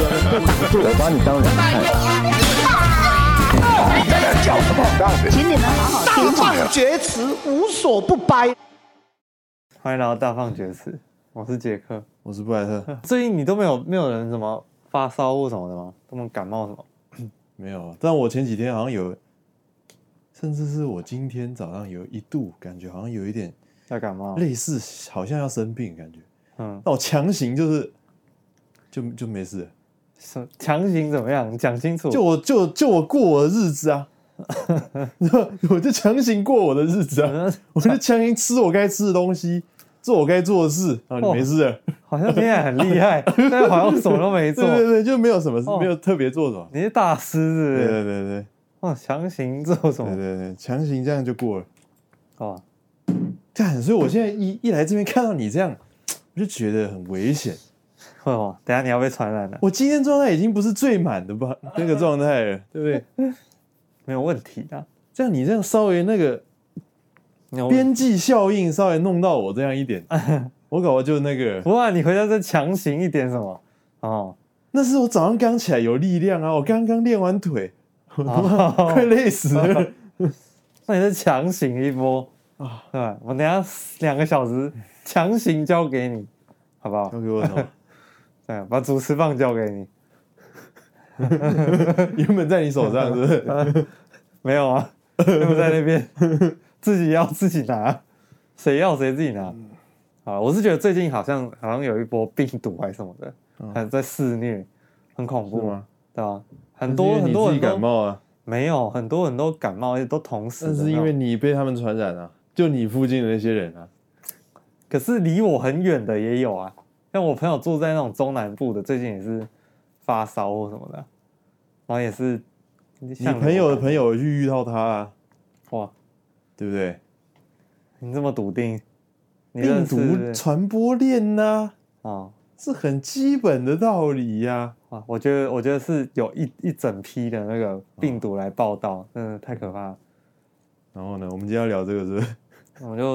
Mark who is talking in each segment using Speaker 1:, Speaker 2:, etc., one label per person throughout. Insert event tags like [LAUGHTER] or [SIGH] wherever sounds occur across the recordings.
Speaker 1: 我把你当人看。
Speaker 2: 请你们好好听话。
Speaker 3: 厥词无所不掰。
Speaker 4: 欢迎来到大放厥词，我是杰克。
Speaker 1: 我是布
Speaker 4: [LAUGHS]
Speaker 1: 莱特，
Speaker 4: 最近你都没有没有人什么发烧或什么的吗？他们感冒什么？
Speaker 1: 没有，啊但我前几天好像有，甚至是我今天早上有一度感觉好像有一点
Speaker 4: 要感冒？
Speaker 1: 类似，好像要生病的感觉。
Speaker 4: 嗯，
Speaker 1: 那我强行就是，就就没事了，
Speaker 4: 什强行怎么样？你讲清楚。
Speaker 1: 就我就就我过我的日子
Speaker 4: [LAUGHS]
Speaker 1: 啊，我就强行过我的日
Speaker 4: [LAUGHS]
Speaker 1: 子啊，
Speaker 4: 嗯
Speaker 1: 我就强行吃我该吃的东西，做我该做的事啊，你
Speaker 4: 哦
Speaker 1: 没事了。
Speaker 4: 好像听起来很厉
Speaker 1: [LAUGHS]
Speaker 4: 害，但好像什么都没做
Speaker 1: 对。对对，就没有什么事，
Speaker 4: 哦
Speaker 1: 没有特别做什么。
Speaker 4: 你是大师是不
Speaker 1: 对
Speaker 4: 是？
Speaker 1: 对对对
Speaker 4: 哇，强行做什
Speaker 1: 对
Speaker 4: 么？
Speaker 1: 对对，强行这样就过了。
Speaker 4: 哦，
Speaker 1: 干，所以我现在一一来这边看到你这样，我就觉得很危险。
Speaker 4: 会吗？等一下你要被传染了，
Speaker 1: 我今天状态已经不是最满的吧那个状态了，对不对？
Speaker 4: 没有问题啊的。
Speaker 1: 这样你这样稍微那个
Speaker 4: 你有问
Speaker 1: 边际效应稍微弄到我这样
Speaker 4: [LAUGHS]
Speaker 1: 一点，我搞我就那个，
Speaker 4: 不啊，你回家再强行一点什么？哦，
Speaker 1: 那是我早上刚起来有力量啊，我刚刚练完腿，我他妈
Speaker 4: 哦
Speaker 1: [LAUGHS] 快累死
Speaker 4: [LAUGHS]
Speaker 1: 了。
Speaker 4: 那你再强行一波
Speaker 1: 啊
Speaker 4: 啊！对吧，我等一下两个小时强行交给你，好不好？
Speaker 1: 交给我什么？
Speaker 4: 对，哎把主持棒交给你。
Speaker 1: 原本在你手上是不是？
Speaker 4: 没有啊， [LAUGHS] 又在那
Speaker 1: [LAUGHS]
Speaker 4: 边自己要自己拿，谁要谁自己拿。
Speaker 1: 嗯
Speaker 4: 啊，我是觉得最近好像好像有一波病毒还是什么的，还在肆虐，很恐怖
Speaker 1: 嗯是吗？
Speaker 4: 对啊， [LAUGHS] 很多很多人
Speaker 1: 你自己
Speaker 4: 都
Speaker 1: 感冒啊，
Speaker 4: 没有，很多人都感冒，而且都同时。
Speaker 1: 但是因为，你被他们传染啊，就你附近的那些人啊，
Speaker 4: 可是离我很远的也有啊，像我朋友住在那种中南部的，最近也是发烧或什么的，然后也是。你
Speaker 1: 你朋友的朋友去遇到他啊，
Speaker 4: 哇，
Speaker 1: 对不对？
Speaker 4: 你这么笃定？你
Speaker 1: 病
Speaker 4: 认识是不
Speaker 1: 毒
Speaker 4: 是
Speaker 1: 传播链呐、
Speaker 4: 哦，
Speaker 1: 是很基本的道理呀、
Speaker 4: 哇，我觉得我觉得是有一一整批的那
Speaker 1: 哦
Speaker 4: 个病毒来报道，真的太可怕了。
Speaker 1: 然后呢，我们今天要聊这个是不 [LAUGHS] 是？
Speaker 4: 我就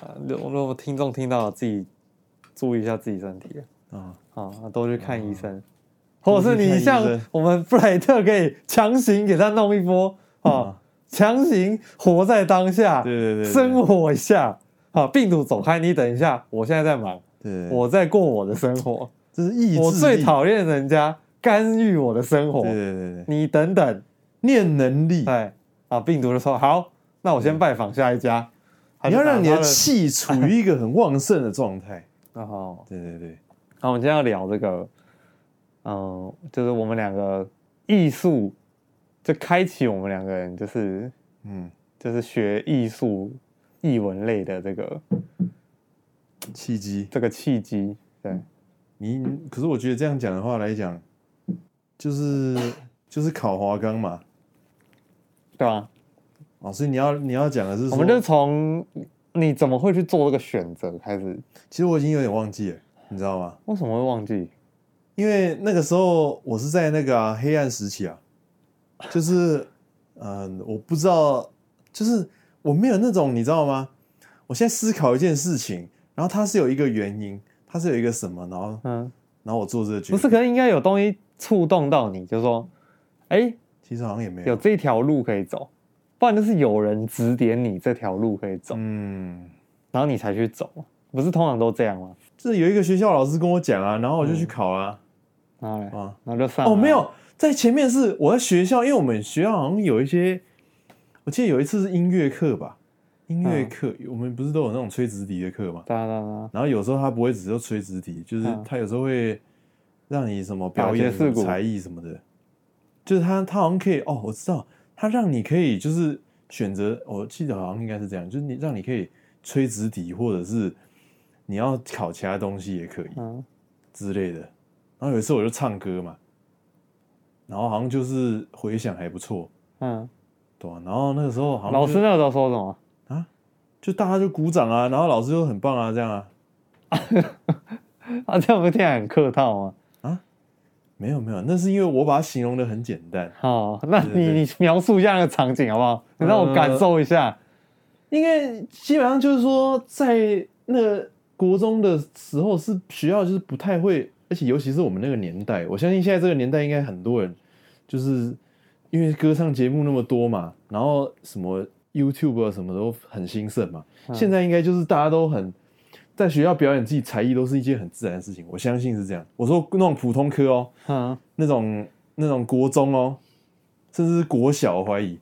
Speaker 4: 呃如如果听众听到了，自己注意一下自己身体
Speaker 1: 啊，
Speaker 4: 啊，啊多去看医生，或者是
Speaker 1: 哦多
Speaker 4: 你
Speaker 1: 去看
Speaker 4: 像
Speaker 1: 医生
Speaker 4: 我们布莱特可以强行给他弄一波啊
Speaker 1: 啊，
Speaker 4: 强行活在当下，
Speaker 1: 对对对对
Speaker 4: 生活一下啊，病毒走开，你等一下，我现在在忙，
Speaker 1: 对，
Speaker 4: 我在过我的生活，
Speaker 1: 这是意志力，
Speaker 4: 我最讨厌人家干预我的生活
Speaker 1: 对，对对对，
Speaker 4: 你等等。
Speaker 1: 念能力，
Speaker 4: 对啊，病毒就说好，那我先拜访下一家。他
Speaker 1: 你
Speaker 4: 就
Speaker 1: 要让你
Speaker 4: 打
Speaker 1: 的
Speaker 4: 他
Speaker 1: 气处于一个很旺盛的状态。
Speaker 4: 然后，
Speaker 1: [LAUGHS] 对对对，
Speaker 4: 哦好，我们今天要聊这个，嗯、就是我们两个艺术，就开启我们两个人就是
Speaker 1: 嗯，
Speaker 4: 就是学艺术、艺文类的这个
Speaker 1: 契机。
Speaker 4: 这个契机。
Speaker 1: 嗯
Speaker 4: 对，
Speaker 1: 你可是我觉得这样讲的话来讲，就是就是考华冈嘛。
Speaker 4: 对吧？
Speaker 1: 哦，所以你要你要讲的是说，
Speaker 4: 我们就从你怎么会去做这个选择开始？
Speaker 1: 其实我已经有点忘记了，你知道吗？
Speaker 4: 为什么会忘记？
Speaker 1: 因为那个时候我是在那个、啊、黑暗时期啊，就是嗯、我不知道，就是我没有那种你知道吗？我现在思考一件事情，然后它是有一个原因，它是有一个什么，然后
Speaker 4: 嗯，
Speaker 1: 然后我做这个决
Speaker 4: 不
Speaker 1: 定，
Speaker 4: 是，可能应该有东西触动到你，就说，哎、
Speaker 1: 其实好像也没有，
Speaker 4: 有这条路可以走，不然就是有人指点你这条路可以走，
Speaker 1: 嗯，
Speaker 4: 然后你才去走，不是通常都这样吗？
Speaker 1: 这有一个学校老师跟我讲啊，然后我就
Speaker 4: 嗯
Speaker 1: 去考啊，
Speaker 4: 然后嘞，
Speaker 1: 啊，
Speaker 4: 然后就上来
Speaker 1: 哦，没，有，在前面是我在学校，因为我们学校好像有一些，我记得有一次是音乐课吧，音乐
Speaker 4: 嗯
Speaker 1: 课、我们不是都有那种吹直笛的课吗？
Speaker 4: 哒哒哒，
Speaker 1: 然后有时候他不会只是吹直笛，就是
Speaker 4: 嗯
Speaker 1: 他有时候会让你什么表演、
Speaker 4: 打爵士鼓
Speaker 1: 才艺什么的，就是他他好像可以哦，我知道他让你可以就是选择，我记得好像应该是这样，就是你让你可以吹直笛，或者是你要考其他东西也可以
Speaker 4: 嗯，
Speaker 1: 之类的。然后有一次我就唱歌嘛，然后好像就是回响还不错，
Speaker 4: 嗯，
Speaker 1: 对啊吧、然后那个时候好像
Speaker 4: 老师
Speaker 1: 就
Speaker 4: 那个时候说什么？
Speaker 1: 就大家就鼓掌啊，然后老师就很棒啊，这样啊。
Speaker 4: 啊，这样不是听起来很客套吗？
Speaker 1: 没有没有，那是因为我把它形容的很简单。
Speaker 4: 好，那
Speaker 1: 对对呃
Speaker 4: 你你描述一下那个场景好不好？你让我感受一下。
Speaker 1: 应该基本上就是说，在那个国中的时候是学校就是不太会而且尤其是我们那个年代，我相信现在这个年代应该很多人就是因为歌唱节目那么多嘛，然后什么 YouTube 啊什么都很兴盛嘛，现在应该就是大家都很在学校表演自己才艺都是一件很自然的事情，我相信是这样。我说那种普通科哦，
Speaker 4: 嗯，
Speaker 1: 那种那种国中哦，甚至是国小，我怀疑。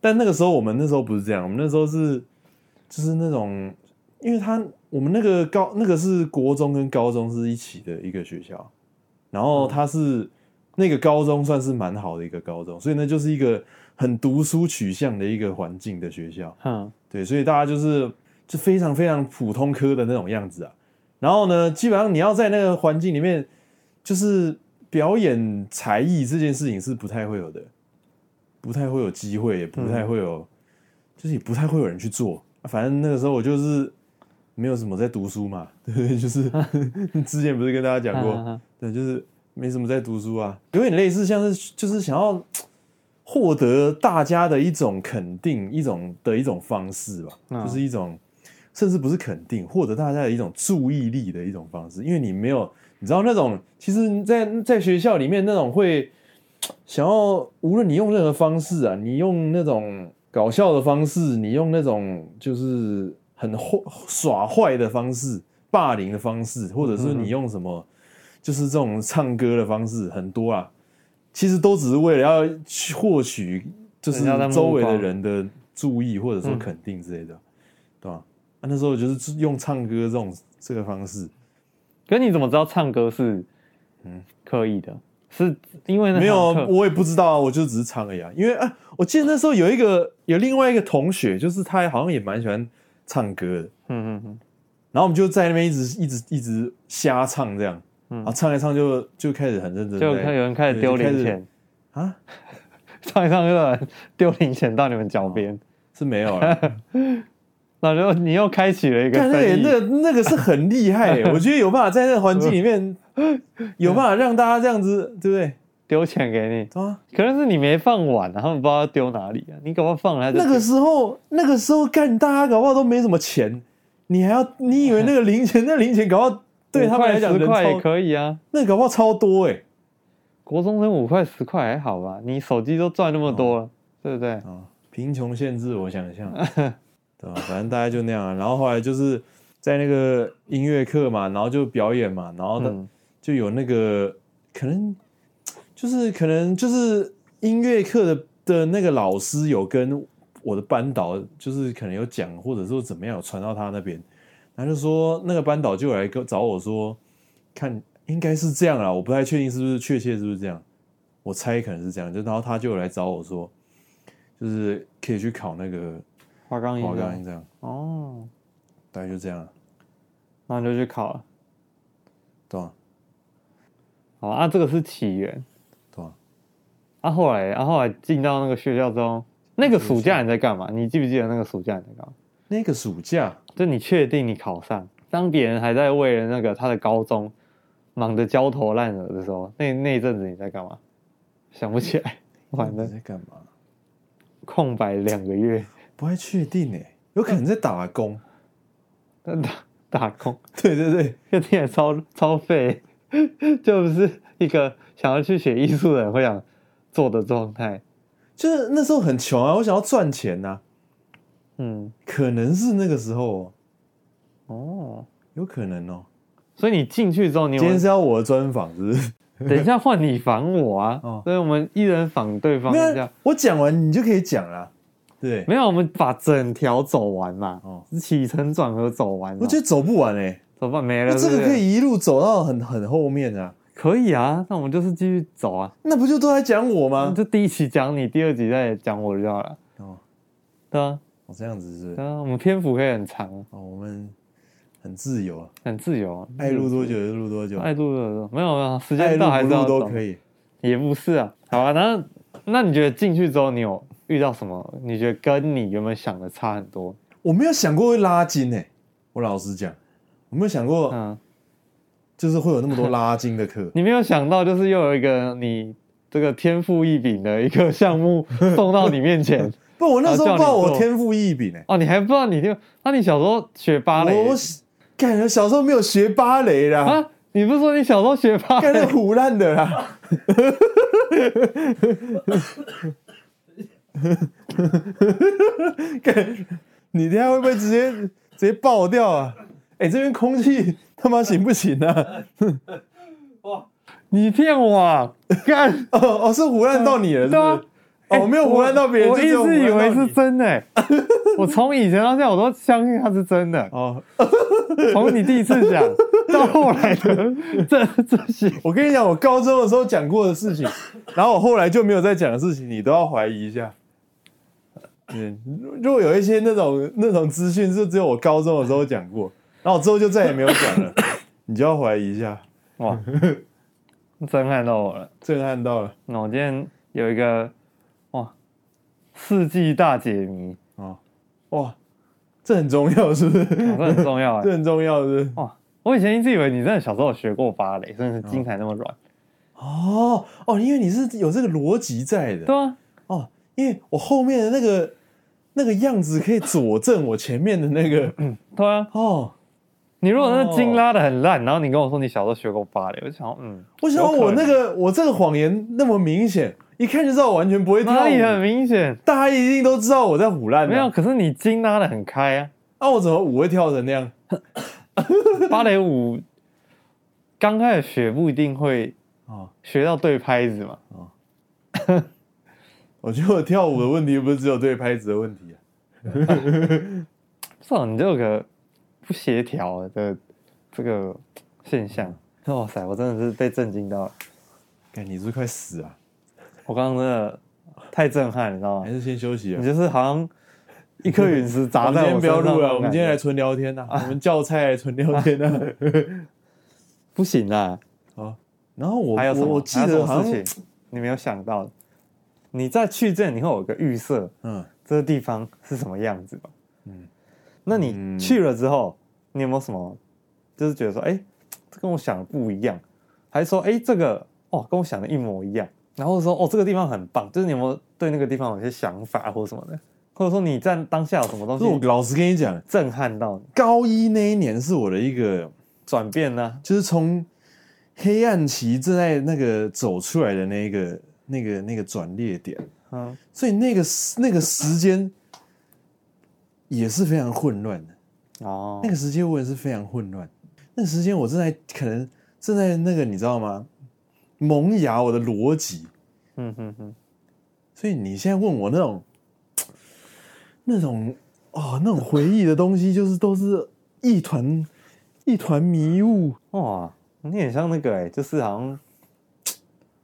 Speaker 1: 但那个时候我们那时候不是这样，我们那时候是就是那种，因为他我们那个高那个是国中跟高中是一起的一个学校，然后他是、那个高中算是蛮好的一个高中，所以那就是一个很读书取向的一个环境的学校。
Speaker 4: 哼，
Speaker 1: 对，所以大家就是就非常非常普通科的那种样子啊。然后呢，基本上你要在那个环境里面，就是表演才艺这件事情是不太会有的，不太会有机会，也不太会有，就是也不太会有人去做。啊反正那个时候我就是没有什么在读书嘛， [LAUGHS] 对不对？就是之前不是跟大家讲过，
Speaker 4: 嗯嗯嗯
Speaker 1: 对，就是没什么在读书啊，有点类似像是就是想要获得大家的一种肯定，一种的一种方式吧，
Speaker 4: 嗯
Speaker 1: 就是一种甚至不是肯定，获得大家的一种注意力的一种方式，因为你没有，你知道那种其实在，在学校里面那种会想要，无论你用任何方式啊，你用那种搞笑的方式，你用那种就是很坏耍坏的方式、霸凌的方式，或者是你用什么，就是这种唱歌的方式，很多啊，其实都只是为了要去获取就是
Speaker 4: 人家的目
Speaker 1: 周围的
Speaker 4: 光
Speaker 1: 人的注意或者说
Speaker 4: 嗯
Speaker 1: 肯定之类的，对吧、啊那时候我就是用唱歌这种这个方式，
Speaker 4: 可你怎么知道唱歌是嗯刻意的？是因为那
Speaker 1: 没有，
Speaker 4: 堂课
Speaker 1: 我也不知道啊，我就只是唱而已啊。因为啊，我记得那时候有一个有另外一个同学，就是他好像也蛮喜欢唱歌的，
Speaker 4: 嗯嗯嗯，
Speaker 1: 然后我们就在那边一直一直一直瞎唱这样，
Speaker 4: 嗯
Speaker 1: 然后唱一唱就就开始很认真在，
Speaker 4: 就看有人开始
Speaker 1: 对
Speaker 4: 丢
Speaker 1: 就开
Speaker 4: 零
Speaker 1: 始
Speaker 4: 钱， [LAUGHS]
Speaker 1: 啊，
Speaker 4: 唱一唱就有人丢零钱到你们脚边，
Speaker 1: 是没有
Speaker 4: [LAUGHS]
Speaker 1: 了。
Speaker 4: 然后就你又开启了一个
Speaker 1: 但那
Speaker 4: 生
Speaker 1: 个
Speaker 4: 意，
Speaker 1: 那个那个是很厉害、
Speaker 4: [LAUGHS]
Speaker 1: 欸，我觉得有办法在那个环境里面，有办法让大家这样子，对不对？
Speaker 4: 丢钱给你，
Speaker 1: 对啊，
Speaker 4: 可能是你没放完，然后不知道丢哪里啊，你搞不好放了他就
Speaker 1: 那个时候，那个时候干，大家搞不好都没什么钱，你还要，你以为那个零钱，那零钱搞不好对他们来讲
Speaker 4: 五块十块也
Speaker 1: 人超，
Speaker 4: 可以啊，
Speaker 1: 那搞不好超多哎、欸。
Speaker 4: 国中生五块十块还好吧？你手机都赚那么多
Speaker 1: 哦
Speaker 4: 了，对不对？
Speaker 1: 啊，贫穷限制我想象，对吧？反正大概就那样、啊。然后后来就是在那个音乐课嘛，然后就表演嘛，然后他
Speaker 4: 嗯
Speaker 1: 就有那个、可能就是可能就是音乐课的的那个老师有跟我的班导，就是可能有讲，或者说怎么样有传到他那边，然后就说那个班导就有来跟找我说，看应该是这样啊，我不太确定是不是确切是不是这样，我猜可能是这样。就然后他就有来找我说，就是可以去考那个
Speaker 4: 花岗
Speaker 1: 华冈
Speaker 4: 岩
Speaker 1: 音这样，
Speaker 4: 哦，
Speaker 1: 大概就这样啊，
Speaker 4: 然后你就去考了。
Speaker 1: 懂啊吗？
Speaker 4: 好啊，这个是起源
Speaker 1: 懂吗？
Speaker 4: 啊。后来啊，后来进到那个学校之后，那个暑假你在干嘛？你记不记得那个暑假你在干嘛？
Speaker 1: 那个暑假，
Speaker 4: 就你确定你考上，当别人还在为了那个他的高中忙得焦头烂额的时候，那那一阵子你在干嘛？想不起来，完
Speaker 1: 你
Speaker 4: 了，
Speaker 1: 在干嘛？
Speaker 4: 空白两个月，
Speaker 1: 不太确定哎、有可能在打工。 [LAUGHS]
Speaker 4: 打打工，
Speaker 1: 对对对，
Speaker 4: 这听起来超超废， [LAUGHS] 就是一个想要去学艺术的人会想做的状态。
Speaker 1: 就是那时候很穷啊，我想要赚钱呐、
Speaker 4: 嗯，
Speaker 1: 可能是那个时候、哦，
Speaker 4: 哦，
Speaker 1: 有可能哦。
Speaker 4: 所以你进去之后，你有
Speaker 1: 今天是要我的专访，是不是？
Speaker 4: 等一下换你防我啊，
Speaker 1: 哦
Speaker 4: 所以我们一人防对方
Speaker 1: 没
Speaker 4: 一
Speaker 1: 有
Speaker 4: 下
Speaker 1: 啊，。我讲完你就可以讲啦。对，
Speaker 4: [LAUGHS] 没有，我们把整条走完嘛，
Speaker 1: 哦
Speaker 4: 起承转合走完嘛。
Speaker 1: 我觉得走不完哎、欸，
Speaker 4: 怎么办？没了，
Speaker 1: 那
Speaker 4: 是
Speaker 1: 这个
Speaker 4: 不是
Speaker 1: 可以一路走到很很后面啊。
Speaker 4: 可以啊，那我们就是继续走啊。
Speaker 1: 那不就都在讲我吗？
Speaker 4: 就第一期讲你，第二集再讲我就好了。
Speaker 1: 啊哦，
Speaker 4: 对啊，
Speaker 1: 我哦这样子是不是
Speaker 4: 对啊，我们篇幅可以很长，啊
Speaker 1: 哦，我们很自由啊，
Speaker 4: 很自由啊，
Speaker 1: 爱录多久就录多久，
Speaker 4: 爱录的没有没有，哎时
Speaker 1: 爱
Speaker 4: 间
Speaker 1: 录
Speaker 4: 到还
Speaker 1: 不
Speaker 4: 是要
Speaker 1: 录
Speaker 4: 走
Speaker 1: 都可，以。
Speaker 4: 也不是啊。好啊，那那你觉得进去之后，你有遇到什么？你觉得跟你原本想的差很多？
Speaker 1: 我没有想过会拉筋哎、我老实讲，我没有想过
Speaker 4: 嗯，
Speaker 1: 就是会有那么多拉筋的
Speaker 4: [LAUGHS]。
Speaker 1: 课
Speaker 4: 你没有想到，就是又有一个你这个天赋异禀的一个项目送到你面
Speaker 1: [LAUGHS]
Speaker 4: 前
Speaker 1: 不，我那时候
Speaker 4: 啊叫你
Speaker 1: 不知道我
Speaker 4: 做
Speaker 1: 天赋异禀哎、
Speaker 4: 哦，你啊还不知道你就那你小时候学芭蕾
Speaker 1: 我感觉小时候没有学芭蕾啦，
Speaker 4: 啊？你不是说你小时候学霸？
Speaker 1: 干那胡烂的啦！ [LAUGHS] 干，你等一下会不会直接直接爆掉啊？哎、这边空气 [LAUGHS] 他妈行不行啊？
Speaker 4: 你骗我、啊！干，
Speaker 1: 哦哦，是胡烂到你了，是
Speaker 4: 对啊欸
Speaker 1: 不是？哦，没有胡烂到别人，
Speaker 4: 我
Speaker 1: 就
Speaker 4: 一
Speaker 1: 只有胡
Speaker 4: 直以
Speaker 1: 乱
Speaker 4: 为
Speaker 1: 到
Speaker 4: 是
Speaker 1: 你
Speaker 4: 真的、欸。
Speaker 1: [LAUGHS]
Speaker 4: 我从以前到现在，我都相信它是真的。
Speaker 1: 哦。
Speaker 4: 从你第一次讲到后来的这这些，
Speaker 1: 我跟你讲，我高中的时候讲过的事情，然后我后来就没有再讲的事情，你都要怀疑一下。嗯，如果有一些那种那种资讯是只有我高中的时候讲过，然后我之后就再也没有讲了，你就要怀疑一下。 [LAUGHS]
Speaker 4: 哇，震撼到我了。
Speaker 1: 震撼到了
Speaker 4: 那我今天有一个哇，世纪大解谜，
Speaker 1: 哇，这很重要是不是？
Speaker 4: 哇这很重
Speaker 1: [LAUGHS]
Speaker 4: 要哎、
Speaker 1: 这很重要是不是？
Speaker 4: 哇，我以前一直以为你真的小时候有学过芭蕾，真的
Speaker 1: 嗯
Speaker 4: 是筋才那么软。
Speaker 1: 哦哦，因为你是有这个逻辑在的
Speaker 4: 对啊，
Speaker 1: 哦，因为我后面的那个那个样子可以佐证我前面的那个
Speaker 4: 对啊，
Speaker 1: 哦。
Speaker 4: 你如果那筋拉的很烂，然后你跟我说你小时候学过芭蕾，我就想说嗯，
Speaker 1: 为什么我那个我这个谎言那么明显？一看就知道我完全不会跳
Speaker 4: 哪里很
Speaker 1: 舞，
Speaker 4: 明显？
Speaker 1: 大家一定都知道我在胡乱、啊。
Speaker 4: 没有，，可是你筋拉的很开啊，
Speaker 1: 那、我怎么舞会跳成那样？
Speaker 4: 芭蕾舞刚开始学不一定会
Speaker 1: 哦
Speaker 4: 学到对拍子嘛，
Speaker 1: 我觉得我跳舞的问题又不是只有对拍子的问题、啊，
Speaker 4: 不知道你这个不协调的这个现象。哇塞，我真的是被震惊到了，
Speaker 1: 看你是不是快死啊？
Speaker 4: 我刚刚真的太震撼，你知道
Speaker 1: 还
Speaker 4: 吗？
Speaker 1: 是先休息啊
Speaker 4: 你？就是好像一颗陨石砸
Speaker 1: [LAUGHS] 我们
Speaker 4: 在
Speaker 1: 今天
Speaker 4: 我身上那种感觉。
Speaker 1: 不要录了，我们今天来纯聊天呐、我们叫菜来纯聊天呐、
Speaker 4: [LAUGHS] 不行啦，
Speaker 1: 然后我
Speaker 4: 还有什
Speaker 1: 我
Speaker 4: 么？
Speaker 1: 我记得
Speaker 4: 还有
Speaker 1: 好
Speaker 4: 什么
Speaker 1: 像
Speaker 4: 事情你没有想到的，你在去镇你会有个预设，
Speaker 1: 嗯
Speaker 4: 这个地方是什么样子吧？嗯，那你去了之后，你有没有什么就是觉得说，哎、这跟我想的不一样，还是说，哎、这个哦跟我想的一模一样，然后说，哦这个地方很棒，就是你有没有对那个地方有些想法或什么的，或者说你在当下有什么东
Speaker 1: 可是我
Speaker 4: 西
Speaker 1: 老实跟你讲，
Speaker 4: 震撼到你，
Speaker 1: 高一那一年是我的一个，
Speaker 4: 转变呢、
Speaker 1: 就是从黑暗期正在那个走出来的那个那个那个转捩点。
Speaker 4: 嗯，
Speaker 1: 所以那个时那个时间也是非常混乱的。
Speaker 4: 哦
Speaker 1: 那，个时间我也是非常混乱。那个时间我正在可能正在那个你知道吗？萌芽我的逻辑。
Speaker 4: 嗯哼哼，
Speaker 1: 所以你现在问我那种那种哦那种回忆的东西，就是都是一团一团迷雾。
Speaker 4: 哇，你很像那个哎、就是好像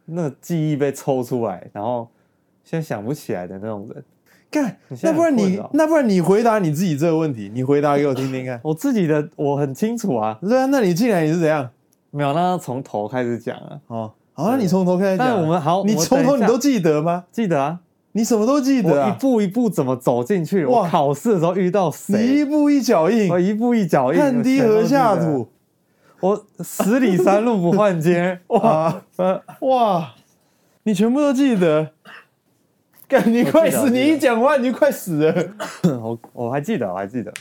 Speaker 4: 那个记忆被抽出来，然后现在想不起来的那种人。
Speaker 1: 干
Speaker 4: 你，现在
Speaker 1: 那不然
Speaker 4: 很
Speaker 1: 你
Speaker 4: 混哦。
Speaker 1: 那不然你回答你自己这个问题，你回答给我听听看
Speaker 4: 我自己的我很清楚啊，
Speaker 1: 对啊，那你进来你是怎样？
Speaker 4: 没有，那从头开始讲啊，
Speaker 1: 哦，好，那你从头开始讲啊。
Speaker 4: 但我们好
Speaker 1: 你
Speaker 4: 我们
Speaker 1: 从头
Speaker 4: 等一
Speaker 1: 你
Speaker 4: 下
Speaker 1: 都记得吗？
Speaker 4: 记得啊，
Speaker 1: 你什么都记得
Speaker 4: 我一
Speaker 1: 啊？
Speaker 4: 步一步怎么走进去，
Speaker 1: 哇
Speaker 4: 我考试的时候遇到
Speaker 1: 你一
Speaker 4: 谁，
Speaker 1: 步一脚印
Speaker 4: 我，一步一脚印，
Speaker 1: 汗滴禾下土，
Speaker 4: 我全都记得，我十里山路不换肩，
Speaker 1: [LAUGHS]
Speaker 4: 哇，呃
Speaker 1: 哇！你全部都记得，干你快
Speaker 4: 我
Speaker 1: 死！
Speaker 4: 记得
Speaker 1: 你一讲话你就快死了。
Speaker 4: [COUGHS]
Speaker 1: 啊
Speaker 4: 我我还记得，我还记得，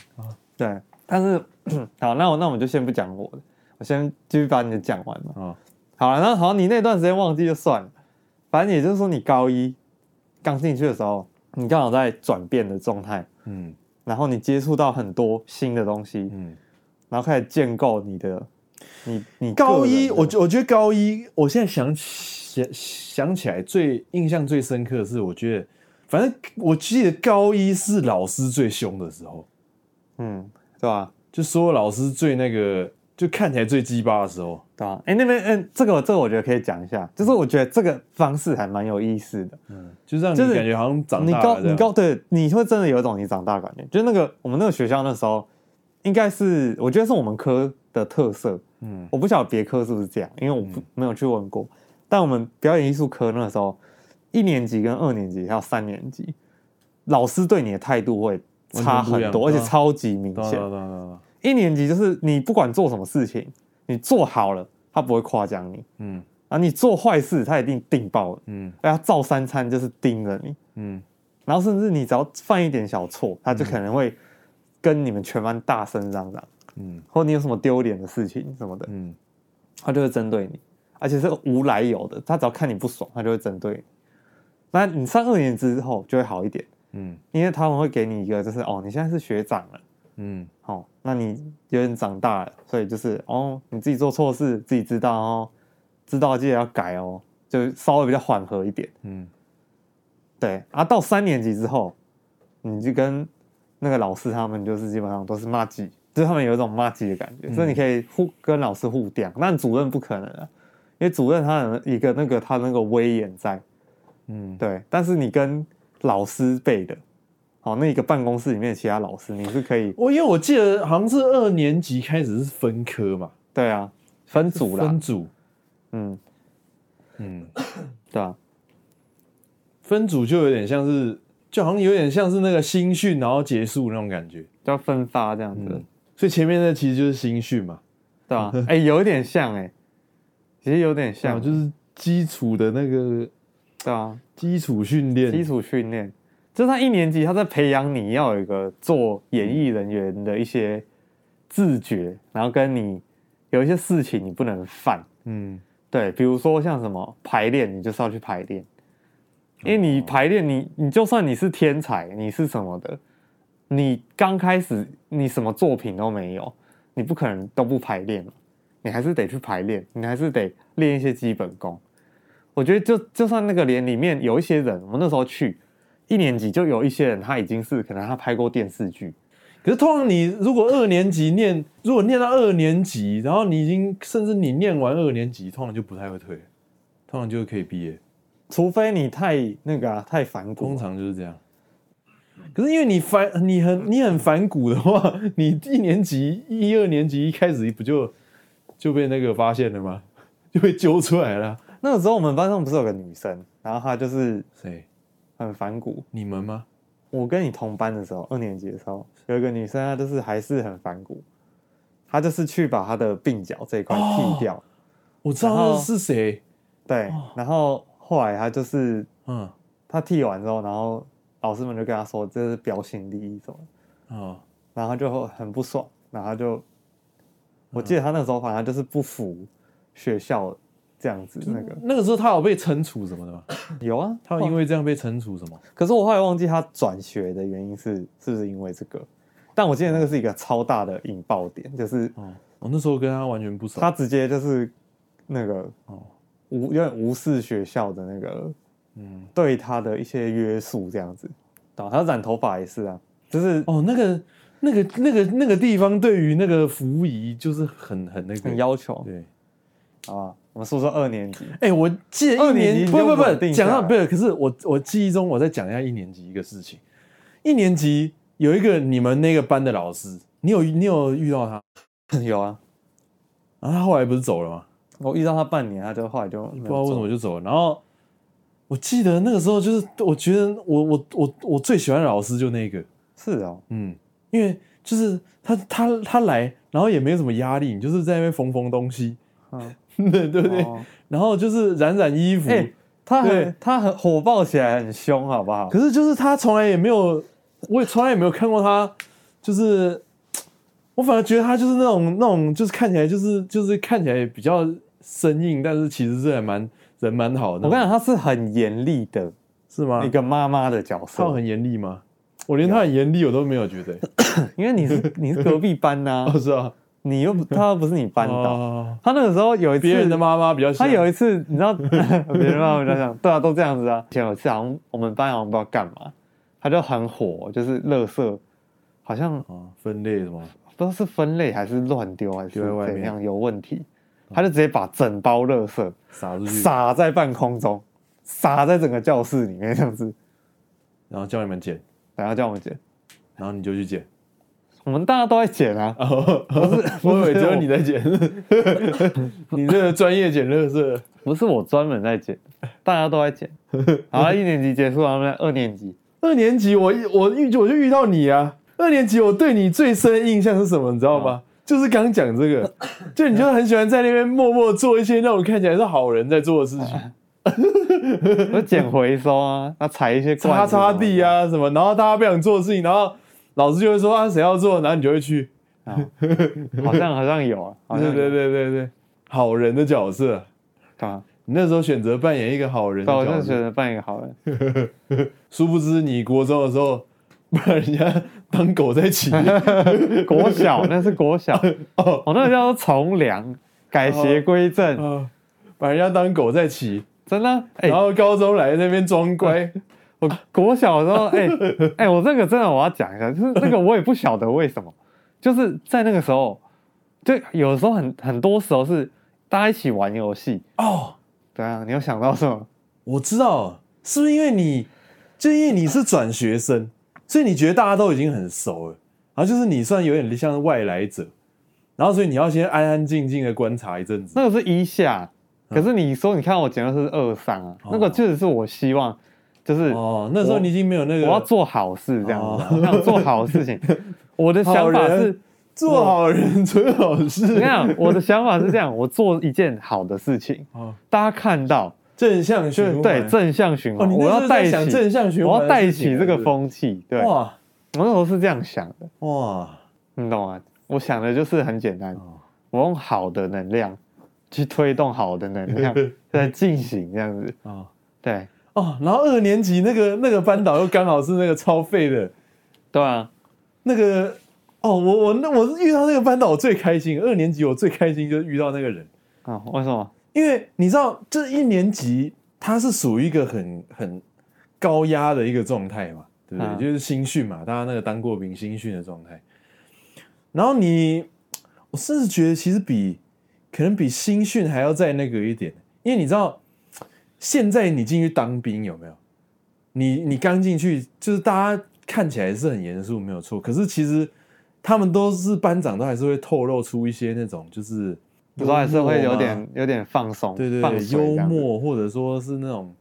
Speaker 4: 对，但是 [COUGHS] 好，那我那我们就先不讲我的，我先继续把你的讲完嘛。
Speaker 1: 哦
Speaker 4: 好了，那好，你那段时间忘记就算了，反正也就是说你高一刚进去的时候，你刚好在转变的状态，
Speaker 1: 嗯
Speaker 4: 然后你接触到很多新的东西，
Speaker 1: 嗯，
Speaker 4: 然后开始建构你的，你你个人的
Speaker 1: 高一，我觉我觉得高一，我现在想起想想起来最印象最深刻的是，我觉得反正我记得高一是老师最凶的时候，
Speaker 4: 嗯，对吧？
Speaker 1: 就所有老师最那个，就看起来最鸡巴的时候。
Speaker 4: 对吧？哎，那边嗯，这个这个我觉得可以讲一下，就是我觉得这个方式还蛮有意思的。
Speaker 1: 就让你
Speaker 4: 就是
Speaker 1: 感觉好像长
Speaker 4: 你
Speaker 1: 大
Speaker 4: 高
Speaker 1: 了这
Speaker 4: 你
Speaker 1: 样
Speaker 4: 高对，你会真的有一种你长大的感觉。就是那个我们那个学校那时候，应该是我觉得是我们科的特色。
Speaker 1: 嗯
Speaker 4: 我不晓得别科是不是这样，因为我不、没有去问过。但我们表演艺术科那时候，一年级跟二年级还有三年级，老师对你的态度会差很
Speaker 1: 完全不
Speaker 4: 多，
Speaker 1: 一
Speaker 4: 而
Speaker 1: 样啊
Speaker 4: 且超级明
Speaker 1: 懂
Speaker 4: 显。
Speaker 1: 懂懂懂懂
Speaker 4: 一年级就是你不管做什么事情，你做好了，他不会夸奖你；
Speaker 1: 嗯
Speaker 4: 啊，你做坏事，他一定定爆你，
Speaker 1: 嗯
Speaker 4: 哎，他照三餐就是盯着你。
Speaker 1: 嗯
Speaker 4: 然后甚至你只要犯一点小错，他就可能会跟你们全班大声嚷嚷，
Speaker 1: 嗯
Speaker 4: 或你有什么丢脸的事情什么的。
Speaker 1: 嗯
Speaker 4: 他就会针对你，而且是无来由的。他只要看你不爽，他就会针对你。那你上二年级之后就会好一点，
Speaker 1: 嗯
Speaker 4: 因为他们会给你一个就是哦，你现在是学长了，
Speaker 1: 嗯
Speaker 4: 哦，那你有点长大了，所以就是哦，你自己做错事自己知道哦，知道记得要改哦，就稍微比较缓和一点。
Speaker 1: 嗯
Speaker 4: 对啊，到三年级之后，你就跟那个老师他们就是基本上都是骂鸡，就是他们有一种骂鸡的感觉，所以
Speaker 1: 嗯
Speaker 4: 你可以互跟老师互调，那主任不可能啊，因为主任他有一个那个他那个威严在，
Speaker 1: 嗯，
Speaker 4: 对，但是你跟老师背的，好，那一个办公室里面的其他老师你是可以，
Speaker 1: 我因为我记得好像是二年级开始是分科嘛，
Speaker 4: 对啊，分组啦
Speaker 1: 分，组，
Speaker 4: 嗯，
Speaker 1: 嗯，
Speaker 4: 对啊，
Speaker 1: 分组就有点像是，就好像有点像是那个新训然后结束那种感觉，
Speaker 4: 就要分发这样子，
Speaker 1: 嗯，所以前面那其实就是新训嘛，
Speaker 4: 对
Speaker 1: [LAUGHS]
Speaker 4: 啊，哎、有一点像哎、其实有点
Speaker 1: 然
Speaker 4: 像，
Speaker 1: 后啊就是基础的那个
Speaker 4: 对啊，
Speaker 1: 基础训练，
Speaker 4: 基础训练，就是他一年级他在培养你要有一个做演艺人员的一些自觉，然后跟你有一些事情你不能犯，
Speaker 1: 嗯
Speaker 4: 对，比如说像什么排练，你就是要去排练，因为你排练你你就算你是天才，你是什么的，你刚开始你什么作品都没有，你不可能都不排练嘛，你还是得去排练，你还是得练一些基本功。我觉得就就算那个连里面有一些人，我们那时候去一年级就有一些人，他已经是可能他拍过电视剧，
Speaker 1: 可是通常你如果二年级念，如果念到二年级，然后你已经甚至你念完二年级，通常就不太会退，通常就可以毕业，
Speaker 4: 除非你太那个、啊、太反骨
Speaker 1: 通，常就是这样。可是因为你反你很你很反骨的话，你一年级一二年级一开始不就就被那个发现了吗？ [LAUGHS] 就被揪出来了。
Speaker 4: 那个时候我们班上不是有个女生，然后她就是
Speaker 1: 谁？
Speaker 4: 很反骨。
Speaker 1: 你们吗？
Speaker 4: 我跟你同班的时候，二年级的时候，有一个女生，她就是还是很反骨，她就是去把她的鬓角这一块剃掉，
Speaker 1: 哦我知道
Speaker 4: 然后
Speaker 1: 那是谁。
Speaker 4: 对，然
Speaker 1: 哦
Speaker 4: 后后来她就是
Speaker 1: 嗯
Speaker 4: 她剃完之后，然后老师们就跟她说这是标新立异什么的，
Speaker 1: 哦
Speaker 4: 然后她就很不爽，然后她就，我记得她那时候反正就是不服学校这样子那个，
Speaker 1: 那个时候他有被惩处什么的吗？
Speaker 4: 有啊，
Speaker 1: 嗯他有因为这样被惩处什么？
Speaker 4: 可是我后来忘记他转学的原因是是不是因为这个，但我记得那个是一个超大的引爆点，就是
Speaker 1: 哦，我那时候跟他完全不熟。
Speaker 4: 他直接就是那个
Speaker 1: 哦
Speaker 4: 无有点无视学校的那个
Speaker 1: 嗯
Speaker 4: 对他的一些约束这样子，啊，他染头发也是啊，就是
Speaker 1: 哦，那个、那个、那个、那个地方，对于那个服仪就是很很那个
Speaker 4: 很要求
Speaker 1: 对。
Speaker 4: 啊。我们宿舍二年
Speaker 1: [LAUGHS]
Speaker 4: 级，
Speaker 1: 哎、我记得
Speaker 4: 二
Speaker 1: 一
Speaker 4: 年
Speaker 1: 年
Speaker 4: 级
Speaker 1: 不
Speaker 4: 就
Speaker 1: 不
Speaker 4: 稳
Speaker 1: 不，
Speaker 4: 定
Speaker 1: 讲
Speaker 4: 下
Speaker 1: 到
Speaker 4: 来
Speaker 1: 不是，可是我我记忆中，我再讲一下一年级一个事情。一年级有一个你们那个班的老师，你有你有遇到他，
Speaker 4: 有啊，
Speaker 1: 然后他后来不是走了吗？
Speaker 4: 我遇到他半年，他就后来就不
Speaker 1: 不知道为什么就走了。然后我记得那个时候就是，我觉得我我我我最喜欢的老师就那个，
Speaker 4: 是哦，
Speaker 1: 嗯，因为就是他他他来，然后也没有什么压力，你就是在那边缝缝东西，
Speaker 4: 嗯，
Speaker 1: [LAUGHS] 对对不 [LAUGHS] 对？
Speaker 4: 哦
Speaker 1: 然后就是染染衣服，
Speaker 4: 哎，他
Speaker 1: 对
Speaker 4: 很他很火爆起来很凶，好不好？
Speaker 1: 可是就是他从来也没有，我也从来也没有看过他，就是我反而觉得他就是那种那种就是看起来就是就是看起来比较生硬，但是其实是还蛮人蛮好的。
Speaker 4: 我跟你讲，他是很严厉的
Speaker 1: 是吗
Speaker 4: 一？个妈妈的角色
Speaker 1: 他，有很严厉吗？我连他很严厉我都没有觉得、
Speaker 4: 因为你
Speaker 1: [LAUGHS]
Speaker 4: 是你是隔壁班呐、
Speaker 1: 哦，是啊，
Speaker 4: 你又不他又不是你班导。
Speaker 1: 哦
Speaker 4: 他那个时候有一次，
Speaker 1: 别人的妈妈比较像
Speaker 4: 他有一次，你知
Speaker 1: [LAUGHS]
Speaker 4: 道，别人妈妈就想，对啊，都这样子啊。以前有一次，好像我们班好像不知道干嘛，他就很火，就是垃圾，好像
Speaker 1: 哦分类什么，
Speaker 4: 不知道是分类还是乱丢还是
Speaker 1: 丢在外面
Speaker 4: 怎样有问题，他就直接把整包垃圾
Speaker 1: 撒嗯出去，
Speaker 4: 撒在半空中，撒在整个教室里面这样子，
Speaker 1: 然后叫你们捡，
Speaker 4: 然后叫我们捡，
Speaker 1: 然后你就去捡。
Speaker 4: 我们大家都在捡啊，
Speaker 1: 哦，不是，我以为只有你在捡，你这个专业捡垃圾。
Speaker 4: 不是我专门在剪，大家都在剪。然后一年级结束，他们在二年级，
Speaker 1: 二年级我一我遇我就遇到你啊！二年级我对你最深的印象是什么？你知道
Speaker 4: 嗯
Speaker 1: 吗？就是刚讲这
Speaker 4: [LAUGHS]
Speaker 1: 个，就你就很喜欢在那边默默做一些那种看起来是好人在做的事情，
Speaker 4: 哎我捡回收啊，那踩一些
Speaker 1: 擦
Speaker 4: 罐子
Speaker 1: 擦地，啊什么，然后大家不想做的事情，然后老师就会说啊谁要做，然后你就会去， [LAUGHS]
Speaker 4: 好像好像有啊，好像
Speaker 1: 对
Speaker 4: 有
Speaker 1: 对对对对，好人的角色，
Speaker 4: 啊，
Speaker 1: 你那时候选择扮演一个好人
Speaker 4: 对，啊
Speaker 1: 的
Speaker 4: 我就
Speaker 1: 角
Speaker 4: 觉
Speaker 1: 色，
Speaker 4: 得扮演好人，
Speaker 1: 殊不知你国中的时候 [LAUGHS] 把人家当狗在
Speaker 4: [LAUGHS]
Speaker 1: 骑，
Speaker 4: 国小那是国小，
Speaker 1: [LAUGHS] 哦
Speaker 4: 我那个叫做从良，改邪归正，
Speaker 1: 啊，把人家当狗在骑，
Speaker 4: 真的啊，哎
Speaker 1: 然，后高中来那边装乖，
Speaker 4: 我国小的时候，哎、哎、我这个真的我要讲一下，就是那个我也不晓得为什么，就是在那个时候，就有时候很很多时候是大家一起玩游戏，
Speaker 1: [LAUGHS] 哦，
Speaker 4: 对啊，你有想到什么？
Speaker 1: 我知道，是不是因为你，就因为你是转学生，所以你觉得大家都已经很熟了，然后就是你算有点像外来者，然后所以你要先安安静静的观察一阵子。
Speaker 4: 那个是一下，可
Speaker 1: 嗯
Speaker 4: 是你说你看我讲的是二上啊，那个确实是我希望，就是
Speaker 1: 哦，那时候你已经没有那
Speaker 4: 我
Speaker 1: 个
Speaker 4: 要做好事这样子啊，
Speaker 1: 哦
Speaker 4: 我想做好事
Speaker 1: [LAUGHS]
Speaker 4: 情，我的想
Speaker 1: 好
Speaker 4: 法
Speaker 1: 人
Speaker 4: 是。
Speaker 1: 做好人存好
Speaker 4: 怎
Speaker 1: 事，
Speaker 4: 样？我的想法是这样：我做一件好的事情，
Speaker 1: 哦
Speaker 4: 大家看到，
Speaker 1: [LAUGHS] 正向循
Speaker 4: 就
Speaker 1: 环，
Speaker 4: 对正向循
Speaker 1: 哦
Speaker 4: 环，
Speaker 1: 你
Speaker 4: 我
Speaker 1: 那时候
Speaker 4: 要带
Speaker 1: 在想
Speaker 4: 起
Speaker 1: 正向循环
Speaker 4: 我要带
Speaker 1: 的事情
Speaker 4: 起
Speaker 1: 啊
Speaker 4: 这个
Speaker 1: 是不是
Speaker 4: 风气。对，我
Speaker 1: 哇
Speaker 4: 那时候是这样想的，
Speaker 1: 哇，
Speaker 4: 你懂吗？我想的就是很简单，
Speaker 1: 哦
Speaker 4: 我用好的能量去推动好的能
Speaker 1: [LAUGHS]
Speaker 4: 量在进行这样子。
Speaker 1: 哦
Speaker 4: 对，
Speaker 1: 哦，然后二年级那个那个班导又刚好是那个超废的，
Speaker 4: 对啊，
Speaker 1: 那个哦，我我那我遇到那个班导我最开心，二年级我最开心就是遇到那个人，
Speaker 4: 啊，为什么？
Speaker 1: 因为你知道这一年级它是属于一个很很高压的一个状态嘛，对不对？
Speaker 4: 嗯
Speaker 1: 就是新训嘛，大家那个当过兵新训的状态。然后你，我甚至觉得其实比可能比新训还要再那个一点，因为你知道现在你进去当兵有没有？你你刚进去，就是大家看起来是很严肃，没有错。可是其实他们都是班长，都还是会透露出一些那种就是
Speaker 4: 有时候还是会有
Speaker 1: 幽默嘛
Speaker 4: 点有点放松，
Speaker 1: 对对
Speaker 4: 放
Speaker 1: 对，
Speaker 4: 水这
Speaker 1: 幽
Speaker 4: 样子。
Speaker 1: 默或者说是那种，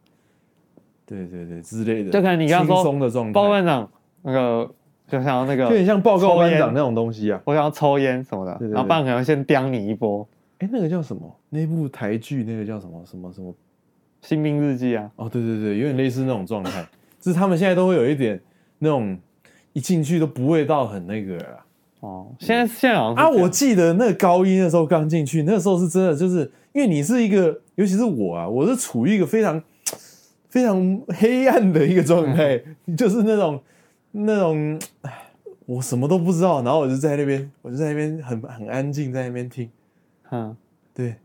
Speaker 1: 对对对之类的，
Speaker 4: 就可能你刚刚说
Speaker 1: 轻松的状
Speaker 4: 报
Speaker 1: 态，
Speaker 4: 班长那个就想要那
Speaker 1: 有点
Speaker 4: 个，
Speaker 1: 像报告班
Speaker 4: 抽
Speaker 1: 长
Speaker 4: 烟
Speaker 1: 那种东西啊。
Speaker 4: 我想要抽烟什么的
Speaker 1: 对，对
Speaker 4: 然后班长可能先刁你一波。
Speaker 1: 哎，那个叫什么？那部台剧那个叫什么什么什么？
Speaker 4: 新兵日记啊，
Speaker 1: 哦，对对对，有点类似那种状态，就是他们现在都会有一点那种一进去都不会到很那个啊了啦
Speaker 4: 哦，现在现在好像是
Speaker 1: 啊。
Speaker 4: 这样
Speaker 1: 我记得那个高一那时候刚进去，那时候是真的就是因为你是一个，尤其是我啊，我是处于一个非常非常黑暗的一个状态，
Speaker 4: 嗯
Speaker 1: 就是那种那种唉我什么都不知道，然后我就在那边，我就在那边很很安静，在那边听，啊
Speaker 4: 嗯，
Speaker 1: 对，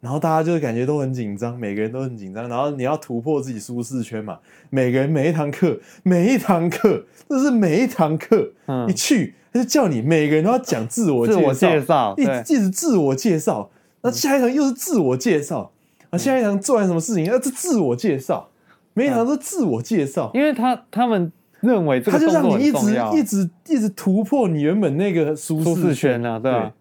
Speaker 1: 然后大家就是感觉都很紧张，每个人都很紧张，然后你要突破自己舒适圈嘛，每个人每一堂课，每一堂课，这是每一堂课，
Speaker 4: 嗯
Speaker 1: 一去他就叫你每个人都要讲自我
Speaker 4: 自我介绍
Speaker 1: 一
Speaker 4: 对嗯
Speaker 1: 一直自我介绍，那下一堂又是自我介绍，啊，下一堂做完什么事情，啊，这自我介绍，每一堂都自我介绍，
Speaker 4: 嗯因为他他们认为这
Speaker 1: 他
Speaker 4: 个
Speaker 1: 就
Speaker 4: 动
Speaker 1: 让
Speaker 4: 作
Speaker 1: 你一
Speaker 4: 很重
Speaker 1: 直
Speaker 4: 要，
Speaker 1: 一直一直突破你原本那个舒
Speaker 4: 舒
Speaker 1: 适
Speaker 4: 适
Speaker 1: 圈
Speaker 4: 圈啊，对吧？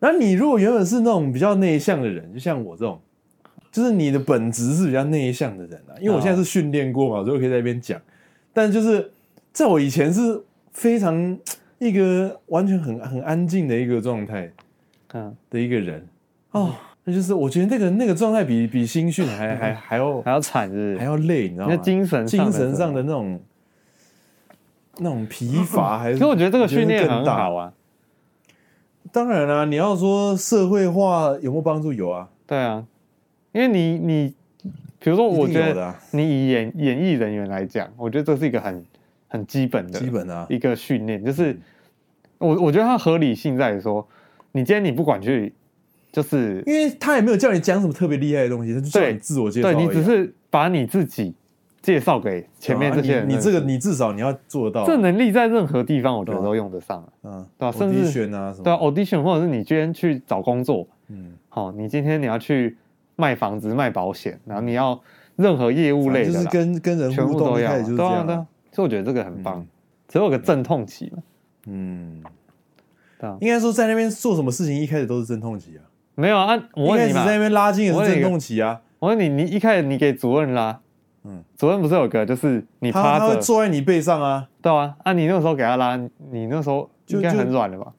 Speaker 1: 然后你如果原本是那种比较内向的人，就像我这种，就是你的本质是比较内向的人啊。因为我现在
Speaker 4: 嗯
Speaker 1: 是训练过嘛，所以我可以在那边讲。但就是在我以前是非常一个完全很很安静的一个状态
Speaker 4: 嗯，
Speaker 1: 的一个人哦，那就是我觉得那个那个状态比比新训 [LAUGHS] 还还还要
Speaker 4: 还要惨日
Speaker 1: 还，要累，你知道吗？
Speaker 4: 那精神上
Speaker 1: 精
Speaker 4: 的
Speaker 1: 神上的那种那种疲 [LAUGHS] 乏，还是
Speaker 4: 可是我觉得这个训练
Speaker 1: 更
Speaker 4: 很
Speaker 1: 大
Speaker 4: 好啊，
Speaker 1: 当然啦、你要说社会化有没有帮助？有啊，
Speaker 4: 对啊，因为你你，比如说，我
Speaker 1: 一
Speaker 4: 觉
Speaker 1: 定有的
Speaker 4: 得
Speaker 1: 啊
Speaker 4: 你以演演艺人员来讲，我觉得这是一个很很基本的
Speaker 1: 基本的啊嗯
Speaker 4: 一个训练，就是我我觉得它合理性在于说，你今天你不管去，就是
Speaker 1: 因为他也没有叫你讲什么特别厉害的东西，他就叫
Speaker 4: 对
Speaker 1: 你自我介绍而
Speaker 4: 对
Speaker 1: 已啊。
Speaker 4: 你只是把你自己介绍给前面这些
Speaker 1: 啊
Speaker 4: 人
Speaker 1: 你
Speaker 4: 认识，
Speaker 1: 你这个你至少你要做到啊。
Speaker 4: 这能力在任何地方，我觉得都用得上啊。
Speaker 1: 嗯，
Speaker 4: 对啊甚至
Speaker 1: 选啊什么。
Speaker 4: 对啊，audition 或者是你今天去找工作，
Speaker 1: 嗯，
Speaker 4: 好、你今天你要去卖房子、卖保险，然后你要任何业务类
Speaker 1: 就
Speaker 4: 的
Speaker 1: 是
Speaker 4: 啦，
Speaker 1: 跟跟人
Speaker 4: 全
Speaker 1: 互
Speaker 4: 部
Speaker 1: 动
Speaker 4: 都
Speaker 1: 一
Speaker 4: 要
Speaker 1: 开
Speaker 4: 啊，
Speaker 1: 始就是
Speaker 4: 对
Speaker 1: 这
Speaker 4: 啊，
Speaker 1: 样
Speaker 4: 对
Speaker 1: 啊
Speaker 4: 啊。，所以我觉得这个很棒
Speaker 1: 嗯，
Speaker 4: 只有个阵痛期嘛，
Speaker 1: 嗯，
Speaker 4: 对啊，
Speaker 1: 应该说在那边做什么事情，一开始都是阵痛期啊。
Speaker 4: 没有啊，我
Speaker 1: 一开
Speaker 4: 问
Speaker 1: 始
Speaker 4: 你嘛
Speaker 1: 在，那边拉筋也
Speaker 4: 我问
Speaker 1: 是
Speaker 4: 你
Speaker 1: 阵
Speaker 4: 一个
Speaker 1: 痛期啊。
Speaker 4: 我问你，你一开始你给主任啦，
Speaker 1: 嗯
Speaker 4: 嗯，主任不是有个就是你
Speaker 1: 他
Speaker 4: 趴
Speaker 1: 他会
Speaker 4: 着，
Speaker 1: 坐在你背上啊，
Speaker 4: 对啊，啊，你那时候给他拉，你那时候
Speaker 1: 就
Speaker 4: 应该
Speaker 1: 就
Speaker 4: 很软了吧？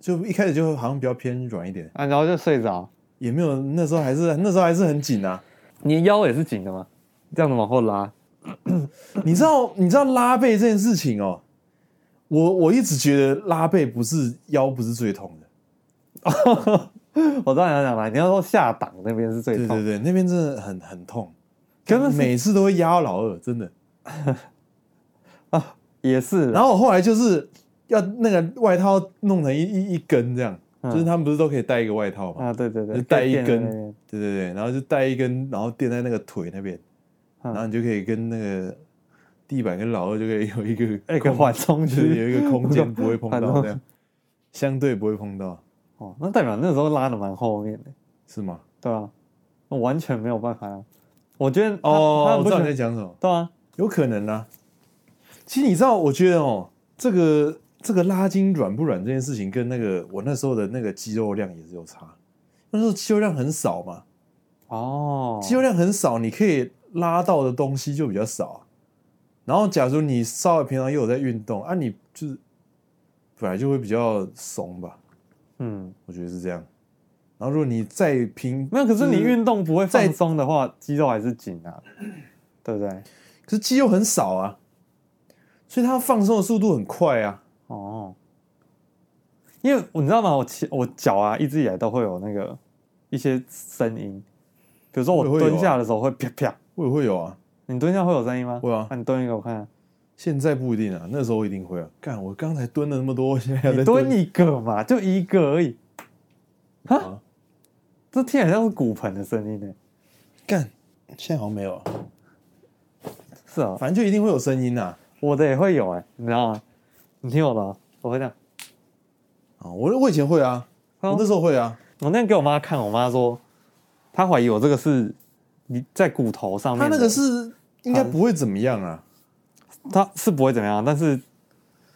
Speaker 1: 就一开始就好像比较偏软一点，
Speaker 4: 啊，然后就睡着，
Speaker 1: 也没有那时候还是那时候还是很紧啊。
Speaker 4: 你腰也是紧的嘛，这样子往后 [LAUGHS] 拉，
Speaker 1: 你知道，你知道拉背这件事情哦，我我一直觉得拉背不是腰不是最痛的，
Speaker 4: 我当然想来，你要说下档那边是最
Speaker 1: 对
Speaker 4: 痛
Speaker 1: 对
Speaker 4: 的，
Speaker 1: 对，那边真的很很痛，
Speaker 4: 真的是
Speaker 1: 每次都会压到老二，真的。
Speaker 4: 也是啦。
Speaker 1: 然后我后来就是要那个外套弄成一一一根这样，
Speaker 4: 嗯
Speaker 1: 就是他们不是都可以带一个外套嘛？
Speaker 4: 啊，对对对，
Speaker 1: 就带一
Speaker 4: 电
Speaker 1: 根
Speaker 4: 那 [LAUGHS] 边，
Speaker 1: 对对对，然后就带一根，然后垫在那个腿那边，
Speaker 4: 嗯
Speaker 1: 然后你就可以跟那个地板跟老二就可以有一个
Speaker 4: 哎一个
Speaker 1: 空
Speaker 4: 缓冲 [LAUGHS]
Speaker 1: 就是有
Speaker 4: 区。
Speaker 1: 一个空间不会碰
Speaker 4: 反 [LAUGHS]
Speaker 1: 到
Speaker 4: 正
Speaker 1: 这样，相对不会碰到，
Speaker 4: 哦，那代表那时候拉的蛮后面的，
Speaker 1: 是吗？
Speaker 4: 对啊，我完全没有办法啊。我觉得他他
Speaker 1: 哦，
Speaker 4: 们
Speaker 1: 我
Speaker 4: 不
Speaker 1: 知道你
Speaker 4: 全
Speaker 1: 在讲什么，
Speaker 4: 对啊，
Speaker 1: 有可能啊。其实你知道，我觉得哦，这个这个拉筋软不软这件事情，跟那个我那时候的那个肌肉量也是有差。那时候肌肉量很少嘛，
Speaker 4: 哦，
Speaker 1: 肌肉量很少，你可以拉到的东西就比较少啊、然后，假如你稍微平常又有在运动啊，你就是本来就会比较松吧，
Speaker 4: 嗯，
Speaker 1: 我觉得是这样。然后，如果你再拼，
Speaker 4: 没有，可是你
Speaker 1: 就
Speaker 4: 运动不会放
Speaker 1: 在
Speaker 4: 松的话，肌肉还是紧啊，对不对？
Speaker 1: 可是肌肉很少啊，所以它放松的速度很快啊。
Speaker 4: 哦，因为你知道吗？我其我脚啊，一直以来都会有那个一些声音，比如说
Speaker 1: 我也
Speaker 4: 我
Speaker 1: 会有啊
Speaker 4: 蹲下的时候会啪啪，
Speaker 1: 我也会有啊，
Speaker 4: 你蹲下会有声音吗？
Speaker 1: 会啊
Speaker 4: 那你蹲一个我看看，
Speaker 1: 现在不一定啊，那时候一定会啊。干，我刚才蹲了那么多，现在还在
Speaker 4: 你蹲一个嘛，就一个而已。
Speaker 1: 啊？
Speaker 4: 这听起来像是骨盆的声音呢、
Speaker 1: 干，现在好像没有、啊，
Speaker 4: 是啊，
Speaker 1: 反正就一定会有声音啊。
Speaker 4: 我的也会有哎、你知道吗？你听我的哦，我会这样。
Speaker 1: 啊，我我以前会啊，
Speaker 4: 哦
Speaker 1: 我那时候会啊。
Speaker 4: 我那天给我妈看，我妈说她怀疑我这个是你在骨头上面
Speaker 1: 他
Speaker 4: 的，
Speaker 1: 那个是应该不会怎么样啊。
Speaker 4: 它是不会怎么样，但是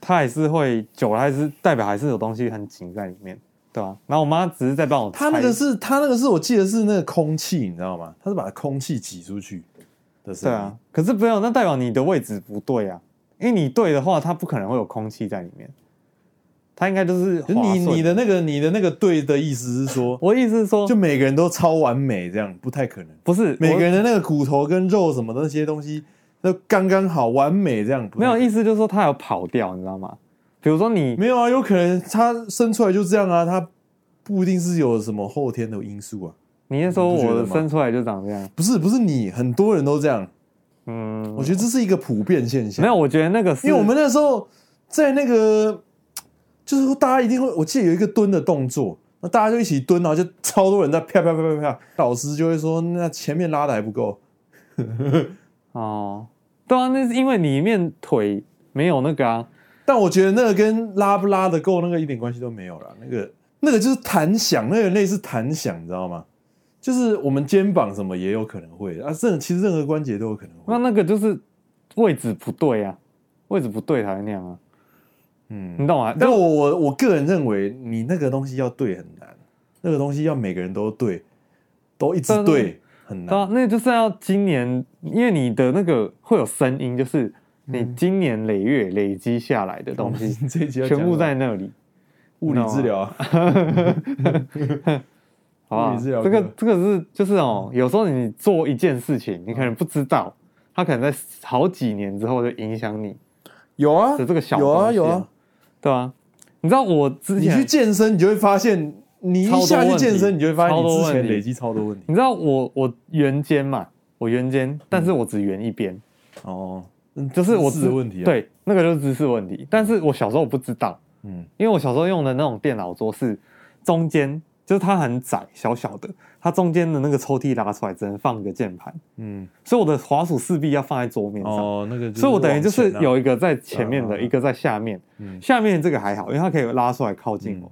Speaker 4: 它还是会久了，还是代表还是有东西很紧在里面，对吧、然后我妈只是在帮我
Speaker 1: 他
Speaker 4: 猜，
Speaker 1: 那个是他那个是我记得是那个空气，你知道吗？他是把空气挤出去的声
Speaker 4: 对
Speaker 1: 音。
Speaker 4: 啊，可是不要，那代表你的位置不对啊，因为你对的话，它不可能会有空气在里面，它应该就是
Speaker 1: 可是你
Speaker 4: 滑顺
Speaker 1: 你的那个你的那个对的意思是说，
Speaker 4: [LAUGHS] 我的意思是说，
Speaker 1: 就每个人都超完美，这样不太可能。
Speaker 4: 不是
Speaker 1: 每个
Speaker 4: 我
Speaker 1: 人的那个骨头跟肉什么的那些东西都刚刚好完美，这样不
Speaker 4: 没有
Speaker 1: 太可能
Speaker 4: 意思，就是说他有跑掉，你知道吗？比如说你
Speaker 1: 没有啊，有可能他生出来就这样啊，他不一定是有什么后天的因素啊。
Speaker 4: 你是说
Speaker 1: 你不觉
Speaker 4: 我
Speaker 1: 得
Speaker 4: 的
Speaker 1: 吗
Speaker 4: 生出来就长这样，
Speaker 1: 不是不是你，很多人都这样，
Speaker 4: 嗯，
Speaker 1: 我觉得这是一个普遍现象。
Speaker 4: 没有，，我觉得那个是
Speaker 1: 因为我们那时候在那个，就是说大家一定会，我记得有一个蹲的动作，那大家就一起蹲，然后就超多人在啪啪啪啪啪，老师就会说那前面拉的还不够，
Speaker 4: 哦，对啊，那是因为里面腿没有那个啊，
Speaker 1: 但我觉得那个跟拉不拉的够那个一点关系都没有啦，那个那个就是弹响，那个类似弹响，你知道吗？就是我们肩膀什么也有可能会啊，任其实任何关节都有可能
Speaker 4: 那
Speaker 1: 会。
Speaker 4: 那个就是位置不对啊，位置不对才会那样啊，
Speaker 1: 嗯，
Speaker 4: 你懂吗？
Speaker 1: 但我我我个人认为，你那个东西要对很难，那个东西要每个人都对，都一直
Speaker 4: 但是
Speaker 1: 对很
Speaker 4: 对啊
Speaker 1: 难，。
Speaker 4: 那就是要今年，因为你的那个会有声音，就是你今年累月累积下来的东西，
Speaker 1: 这一集要
Speaker 4: 全部
Speaker 1: 讲
Speaker 4: 在那里，
Speaker 1: 物理治疗啊，
Speaker 4: 啊
Speaker 1: [LAUGHS]
Speaker 4: [LAUGHS] 好不好
Speaker 1: 物理治疗
Speaker 4: 这个
Speaker 1: 课
Speaker 4: 这个是就是哦，有时候你做一件事情，你可能不知道，它可能在好几年之后就影响你
Speaker 1: 有啊
Speaker 4: 的这个小
Speaker 1: 有啊
Speaker 4: 东西
Speaker 1: 有啊，，
Speaker 4: 对啊，你知道我之
Speaker 1: 你
Speaker 4: 前
Speaker 1: 去健身，你就会发现，你一下去健身，你就会发现你之前累积超多问题。
Speaker 4: 你知道我我圆肩嘛？我圆肩，但是我只圆一边，
Speaker 1: 哦，
Speaker 4: 嗯就是我
Speaker 1: 姿
Speaker 4: 只
Speaker 1: 势问题啊，，
Speaker 4: 对，那个就是姿势问题。但是我小时候我不知道，
Speaker 1: 嗯
Speaker 4: 因为我小时候用的那种电脑桌是中间，就是它很窄，小小的，它中间的那个抽屉拉出来只能放一个键盘，
Speaker 1: 嗯，
Speaker 4: 所以我的滑鼠势必要放在桌面上。
Speaker 1: 哦，那个，
Speaker 4: 所以我等于就是有，一个在前啊面
Speaker 1: 嗯嗯
Speaker 4: 的，
Speaker 1: 嗯
Speaker 4: 一个在下面。
Speaker 1: 啊嗯
Speaker 4: 下面这个还好，因为它可以拉出来靠近我。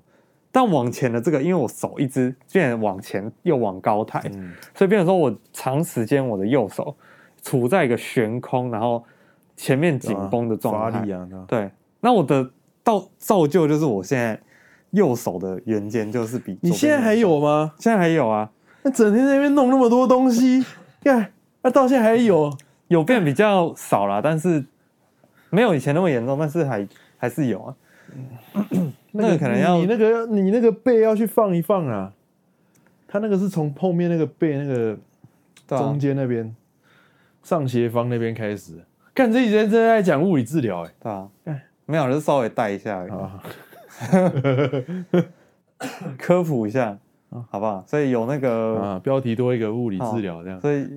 Speaker 4: 但往前的这个，因为我手一直变往前又往高抬，
Speaker 1: 嗯
Speaker 4: 所以变成说我长时间我的右手处在一个悬空，然后前面紧绷的状态。
Speaker 1: 发力啊，那
Speaker 4: 对，那我的到造就就是我现在右手的圆肩就是比
Speaker 1: 你现在
Speaker 4: 左
Speaker 1: 还
Speaker 4: 边的
Speaker 1: 有吗？
Speaker 4: 现在还有啊，
Speaker 1: 那整天在那边弄那么多东西，看，那到现在还有，
Speaker 4: 有变比较少啦，但是没有以前那么严重，但是还还是有啊。那个可能要
Speaker 1: 你那个你那个背要去放一放啊，他那个是从后面那个背那个
Speaker 4: 对啊
Speaker 1: 中间那边上斜方那边开始。看这一节正在讲物理治疗，哎，
Speaker 4: 对啊，没有，就是稍微带一下而已
Speaker 1: 啊，
Speaker 4: [LAUGHS] 科普一下。好不好？所以有那个，
Speaker 1: 啊，标题多一个物理
Speaker 4: 哦
Speaker 1: 治疗这样。
Speaker 4: 所以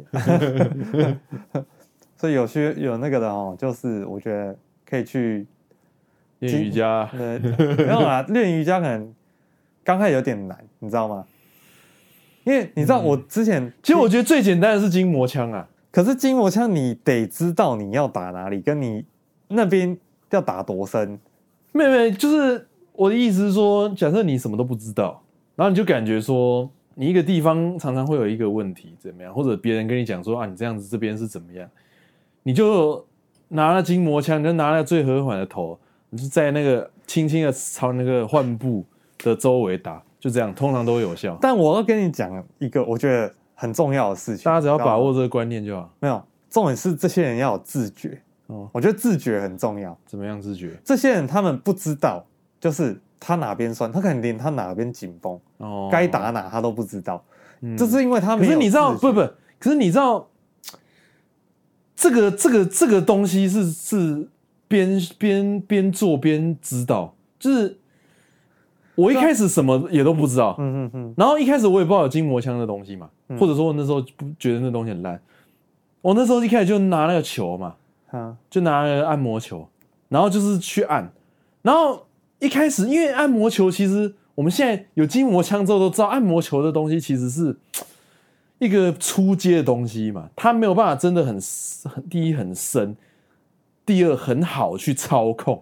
Speaker 4: [LAUGHS] 所以有需有那个的哦，就是我觉得可以去
Speaker 1: 练瑜伽， [LAUGHS]
Speaker 4: 呃，没有啦，练瑜伽可能刚开始有点难，你知道吗？因为你知道
Speaker 1: 嗯
Speaker 4: 我之前，
Speaker 1: 其实我觉得最简单的是筋膜枪啊，
Speaker 4: 可是筋膜枪你得知道你要打哪里，跟你那边要打多深，
Speaker 1: 妹妹就是我的意思是说，假设你什么都不知道，然后你就感觉说，你一个地方常常会有一个问题怎么样，或者别人跟你讲说啊，你这样子这边是怎么样，你就拿了筋膜枪，你就拿了最和缓的头，你就在那个轻轻的朝那个患部的周围打，就这样，通常都会有效。
Speaker 4: 但我要跟你讲一个我觉得很重要的事情，
Speaker 1: 大家只要
Speaker 4: 你知道吗
Speaker 1: 把握这个观念就好。
Speaker 4: 没有，重点是这些人要有自觉。
Speaker 1: 哦
Speaker 4: 我觉得自觉很重要。
Speaker 1: 怎么样自觉？
Speaker 4: 这些人他们不知道，就是他哪边酸，他可能连他哪边紧绷，
Speaker 1: 哦嗯
Speaker 4: 该打哪他都不知道。这是因为他
Speaker 1: 可
Speaker 4: 没有
Speaker 1: 是你知道
Speaker 4: 自觉
Speaker 1: 不不？可是你知道这个这个这个东西是是边边边做边知道，就是我一开始什么也都不知道，
Speaker 4: 嗯嗯嗯，
Speaker 1: 然后一开始我也不知道有筋膜枪的东西嘛，或者说我那时候不觉得那东西很烂，我那时候一开始就拿那个球嘛，
Speaker 4: 啊，
Speaker 1: 就拿了按摩球，然后就是去按，然后一开始因为按摩球其实我们现在有筋膜枪之后都知道，按摩球的东西其实是一个出街的东西嘛，它没有办法真的很很第一很深，第二很好去操控，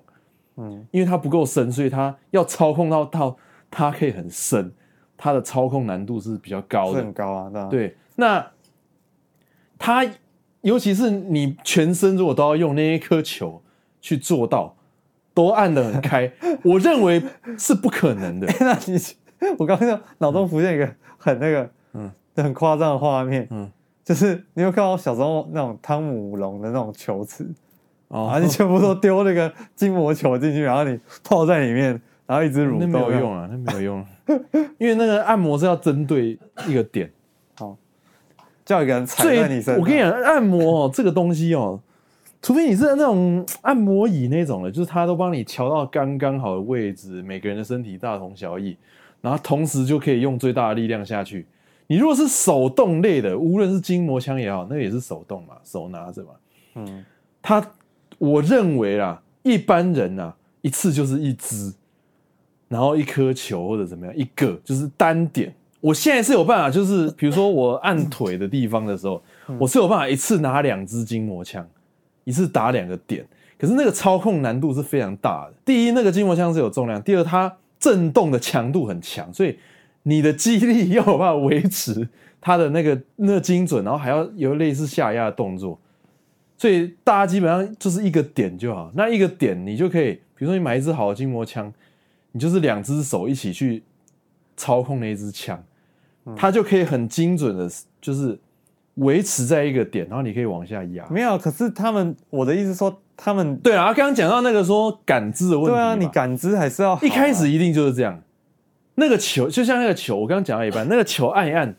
Speaker 4: 嗯，
Speaker 1: 因为它不够深，所以它要操控到到它可以很深，它的操控难度是比较高
Speaker 4: 是
Speaker 1: 的
Speaker 4: 很，高啊，对吧？， [LAUGHS]
Speaker 1: 对，那他尤其是你全身如果都要用那一颗球去做到，都按得很开，我认为是不可能的。
Speaker 4: 那你我刚刚就脑中浮现一个很那个，嗯，很夸张的画面，
Speaker 1: 嗯
Speaker 4: 嗯，就是你有看到小时候那种汤姆龙的那种球池，然后
Speaker 1: 哦
Speaker 4: 你全部都丢那个筋膜球进去，然后你泡在里面，然后一直
Speaker 1: 那
Speaker 4: 蠕
Speaker 1: 没有
Speaker 4: 动，
Speaker 1: 用啊，那没有 [LAUGHS] 用，因为那个按摩是要针对一个点。
Speaker 4: 叫一个人踩
Speaker 1: 最
Speaker 4: 在你身上。
Speaker 1: 我跟你讲，按摩哦，这个东西哦，除非你是那种按摩椅那种的，就是他都帮你调到刚刚好的位置，每个人的身体大同小异，然后同时就可以用最大的力量下去。你如果是手动类的，无论是筋膜枪也好，那个也是手动嘛，手拿着嘛。
Speaker 4: 嗯，
Speaker 1: 他我认为啦，一般人啊，一次就是一支，然后一颗球或者怎么样，一个就是单点。我现在是有办法，就是比如说我按腿的地方的时候，我是有办法一次拿两支筋膜枪，一次打两个点。可是那个操控难度是非常大的。第一，那个筋膜枪是有重量；第二，它震动的强度很强，所以你的肌力要有办法维持 [LAUGHS] 它的那个那个精准，然后还要有类似下压的动作。所以大家基本上就是一个点就好。那一个点你就可以，比如说你买一支好的筋膜枪，你就是两只手一起去操控那一支枪，它就可以很精准的，就是维持在一个点，然后你可以往下压。
Speaker 4: 没有，啊可是他们，我的意思说，他们
Speaker 1: 对啊，刚刚讲到那个说感知的问题嘛，
Speaker 4: 对啊，你感知还是要好啊
Speaker 1: 一开始一定就是这样。那个球就像那个球，我刚刚讲到一半，那个球按一按，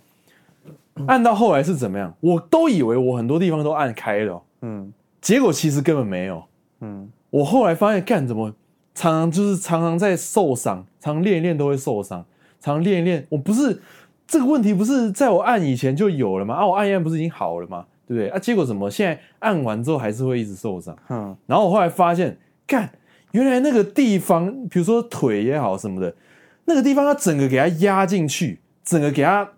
Speaker 4: 嗯
Speaker 1: 按到后来是怎么样？我都以为我很多地方都按开了哦、
Speaker 4: 嗯
Speaker 1: 结果其实根本没有。
Speaker 4: 嗯
Speaker 1: 我后来发现，干怎么常常就是常常在受伤，常常练一练都会受伤，常常练一练，我不是这个问题不是在我按以前就有了吗？啊，我按一按不是已经好了吗？对不对？啊，结果怎么现在按完之后还是会一直受伤？
Speaker 4: 嗯
Speaker 1: 然后我后来发现，干原来那个地方，比如说腿也好什么的，那个地方它整个给它压进去，整个给它，